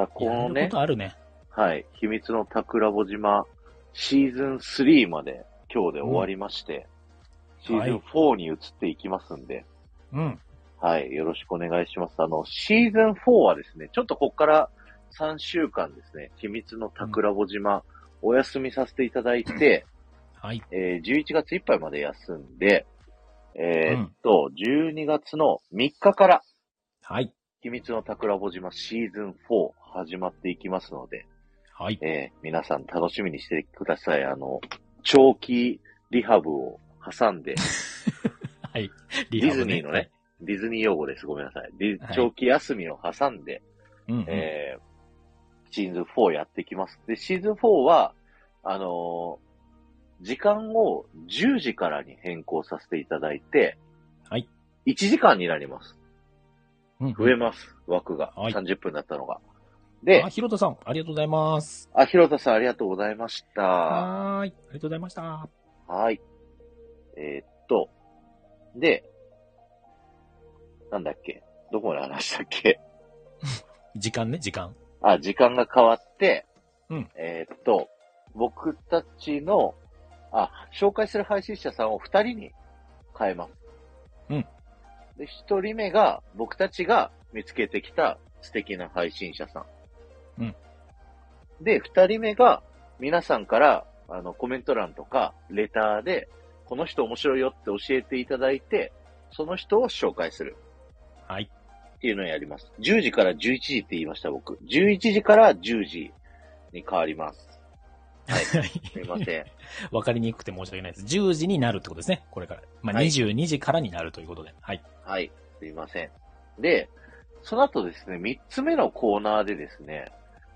らこ
や
の
れる
ね
こ、とあるね。
はい。秘密の桜ぼ島、シーズン3まで今日で終わりまして、シーズン4に移っていきますんで、
うん。
はい、よろしくお願いします。あの、シーズン4はですね、ちょっとこっから3週間ですね、秘密の桜ぼ島、お休みさせていただいて、
はい。
えー11月いっぱいまで休んで、えー
うん
っと、12月の3日から、
はい。
秘密の桜ぼ島シーズン4始まっていきますので、
はい。
えー皆さん楽しみにしてください。あの、長期リハブを挟 んで、
はい。
ディズニーのね。、ディズニー用語です。ごめんなさい。ディ
はい
長期休みを挟んで、
うんうん。
えーシーズン4やってきます。で、シーズン4は、あのー時間を10時からに変更させていただいて、
はい。
1時間になります。
うん
増えます。枠が。
はい
30分だったのが。で
あ、、ひろたさん、ありがとうございます。
あ、ひろたさんありがとうございました。
はーい。ありがとうございました。
はい。えーっと、で、なんだっけどこまで話したっけ
時間ね、時間。
あ、時間が変わって、
うん
えーっと、僕たちの、あ、紹介する配信者さんを二人に変えます。
うん。
で、一人目が、僕たちが見つけてきた素敵な配信者さん。
うん。
で、二人目が、皆さんから、あの、コメント欄とか、レターで、この人面白いよって教えていただいて、その人を紹介する。
はい。
っていうのをやります。10時から11時って言いました、僕。11時から10時に変わります。はい。すいません。
わかりにくくて申し訳ないです。10時になるってことですね、これから。まあ、
はい
22時からになるということで。はい。
はい、すいません。で、その後ですね、3つ目のコーナーでですね、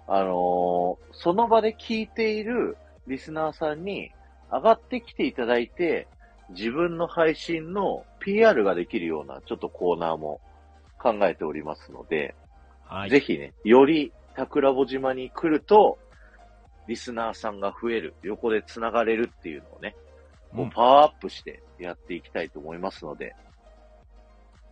あのーその場で聞いているリスナーさんに上がってきていただいて、自分の配信の PR ができるようなちょっとコーナーも考えておりますので、
はい。
ぜひね、より桜穂島に来ると、リスナーさんが増える、横で繋がれるっていうのをね、もうパワーアップしてやっていきたいと思いますので、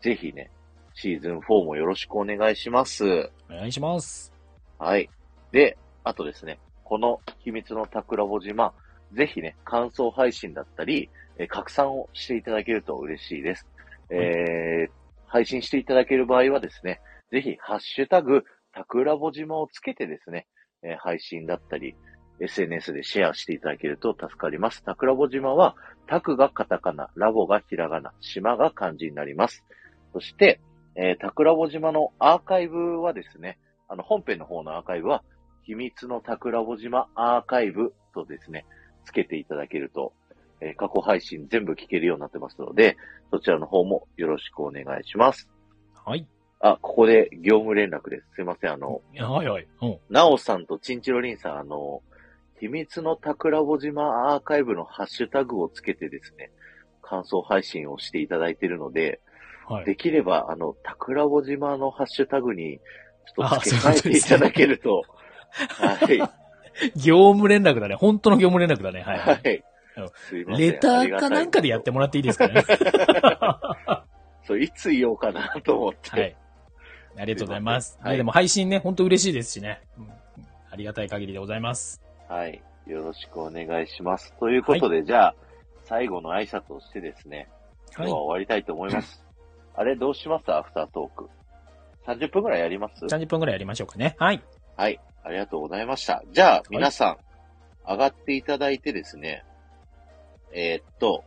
ぜひね、シーズン4もよろしくお願いします。
お願いします。
はい。で、あとですね、この秘密の桜穂島、ぜひね、感想配信だったり、えー拡散をしていただけると嬉しいです。えー、配信していただける場合はですね、ぜひ、ハッシュタグ、桜穂島をつけてですね、えー配信だったり、SNS でシェアしていただけると助かります。桜穂島は、タクがカタカナ、ラボがひらがな、島が漢字になります。そして、えー、桜穂島のアーカイブはですね、あの、本編の方のアーカイブは、秘密の桜穂島アーカイブとですね、つけていただけると、えー過去配信全部聞けるようになってますので、そちらの方もよろしくお願いします。
はい。
あ、ここで業務連絡です。すいません。あの、
はいはい。うん。
なおさんとチンチロリンさん、あの、秘密の桜穂島アーカイブのハッシュタグをつけてですね、感想配信をしていただいているので、
はい。
できれば、あの、桜穂島のハッシュタグに、ちょっと付け
あそ
替
う
え
いうこと
て
で
い
すね
ただけると、はい、
業務連絡だね。本当の業務連絡だね。はい、は。
はいい
あの。
すいません。
レターかなんかでやってもらっていいですかね。
そう、いつ言おうかな と思って。
はい。ありがとうございます。
すいません
ね
はい
でも配信ね、本当嬉しいですしね。うんありがたい限りでございます。
はい。よろしくお願いします。ということで、じゃあ、最後の挨拶をしてですね、今
は
日
い
は。終わりたいと思います。あれ、どうしますアフタートーク。30分くらいやります
30分くらいやりましょうかね。はい。
はい。ありがとうございました。じゃあ、皆さん、上がっていただいてですね、えーっと、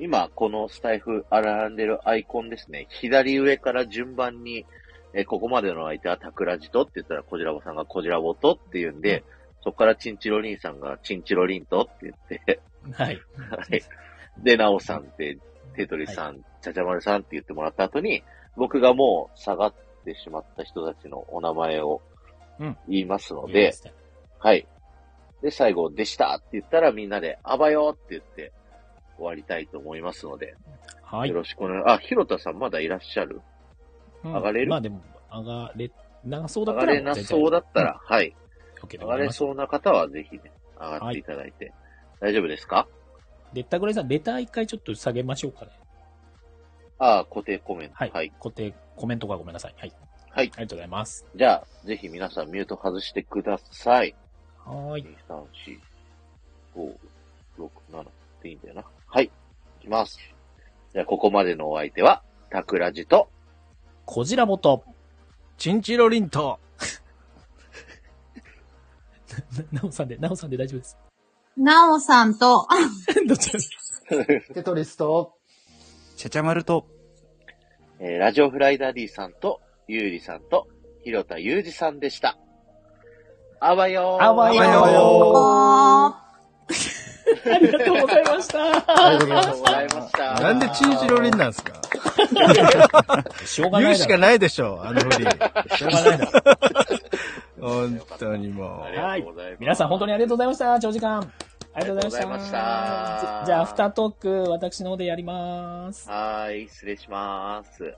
今、このスタイフ、並んでるアイコンですね、左上から順番に、えーここまでの相手はタクラジとって言ったら、コジラボさんがコジラボとって言うんで、そこからチンチロリンさんがチンチロリンとって言って、
はい。
はい。で、ナオさんって、テトリさん、ちゃちゃまるさんって言ってもらった後に、僕がもう下がってしまった人たちのお名前を
うん
言いますの
いい
で、
すね
はい。で、最後、でしたって言ったらみんなで、あばよって言って終わりたいと思いますので、
はい
よ。ろしくお願い、あ、ひろたさんまだいらっしゃる
うん
上がれる
まあでも、上がれなそうだ
上
った
が
ら。
れなそうだったら、はい。
全然。OK で
上
ご
が
ざい
れ
ます。
そうな方はぜひね、上がっていただいて。大丈夫ですか
レターぐらいさん、レター一回ちょっと下げましょうかね。
ああ、固定コメント。
はい。
はい。
固定、コメントがごめんなさい。はい。
はい
ありがとうございます。
じゃあ、ぜひ皆さんミュート外してください。
はーい。
2、3、4、5、6、7っていいんだよな。はい。いきます。じゃあ、ここまでのお相手は、タクラジと、
こじらぼと、
チンチロリンと、
ななおさんで、なおさんで大丈 夫です。
なおさんと、
どっちです
テトリスと、
ちゃちゃまると、
えーラジオフライダー D さんと、ゆうりさんと、ひろたゆうじさんでした。あわよー
あわよー
あわよ
ありがとうございました。
ありがとうございました。
なんでチンチロリンなんですか
しょうがな
言う
い
し
だ
か
ろ。
ないでしょ、あの振り。
しょうがないだろ。
本当にも
あ
う。
りがとうございます。
皆さん本当にありがとうございました。長時間。ありがとうござい
ありがとうご
ました。
ざいました
じゃじゃあ、アフタートーク、私の方でやります。
はーい、失礼します。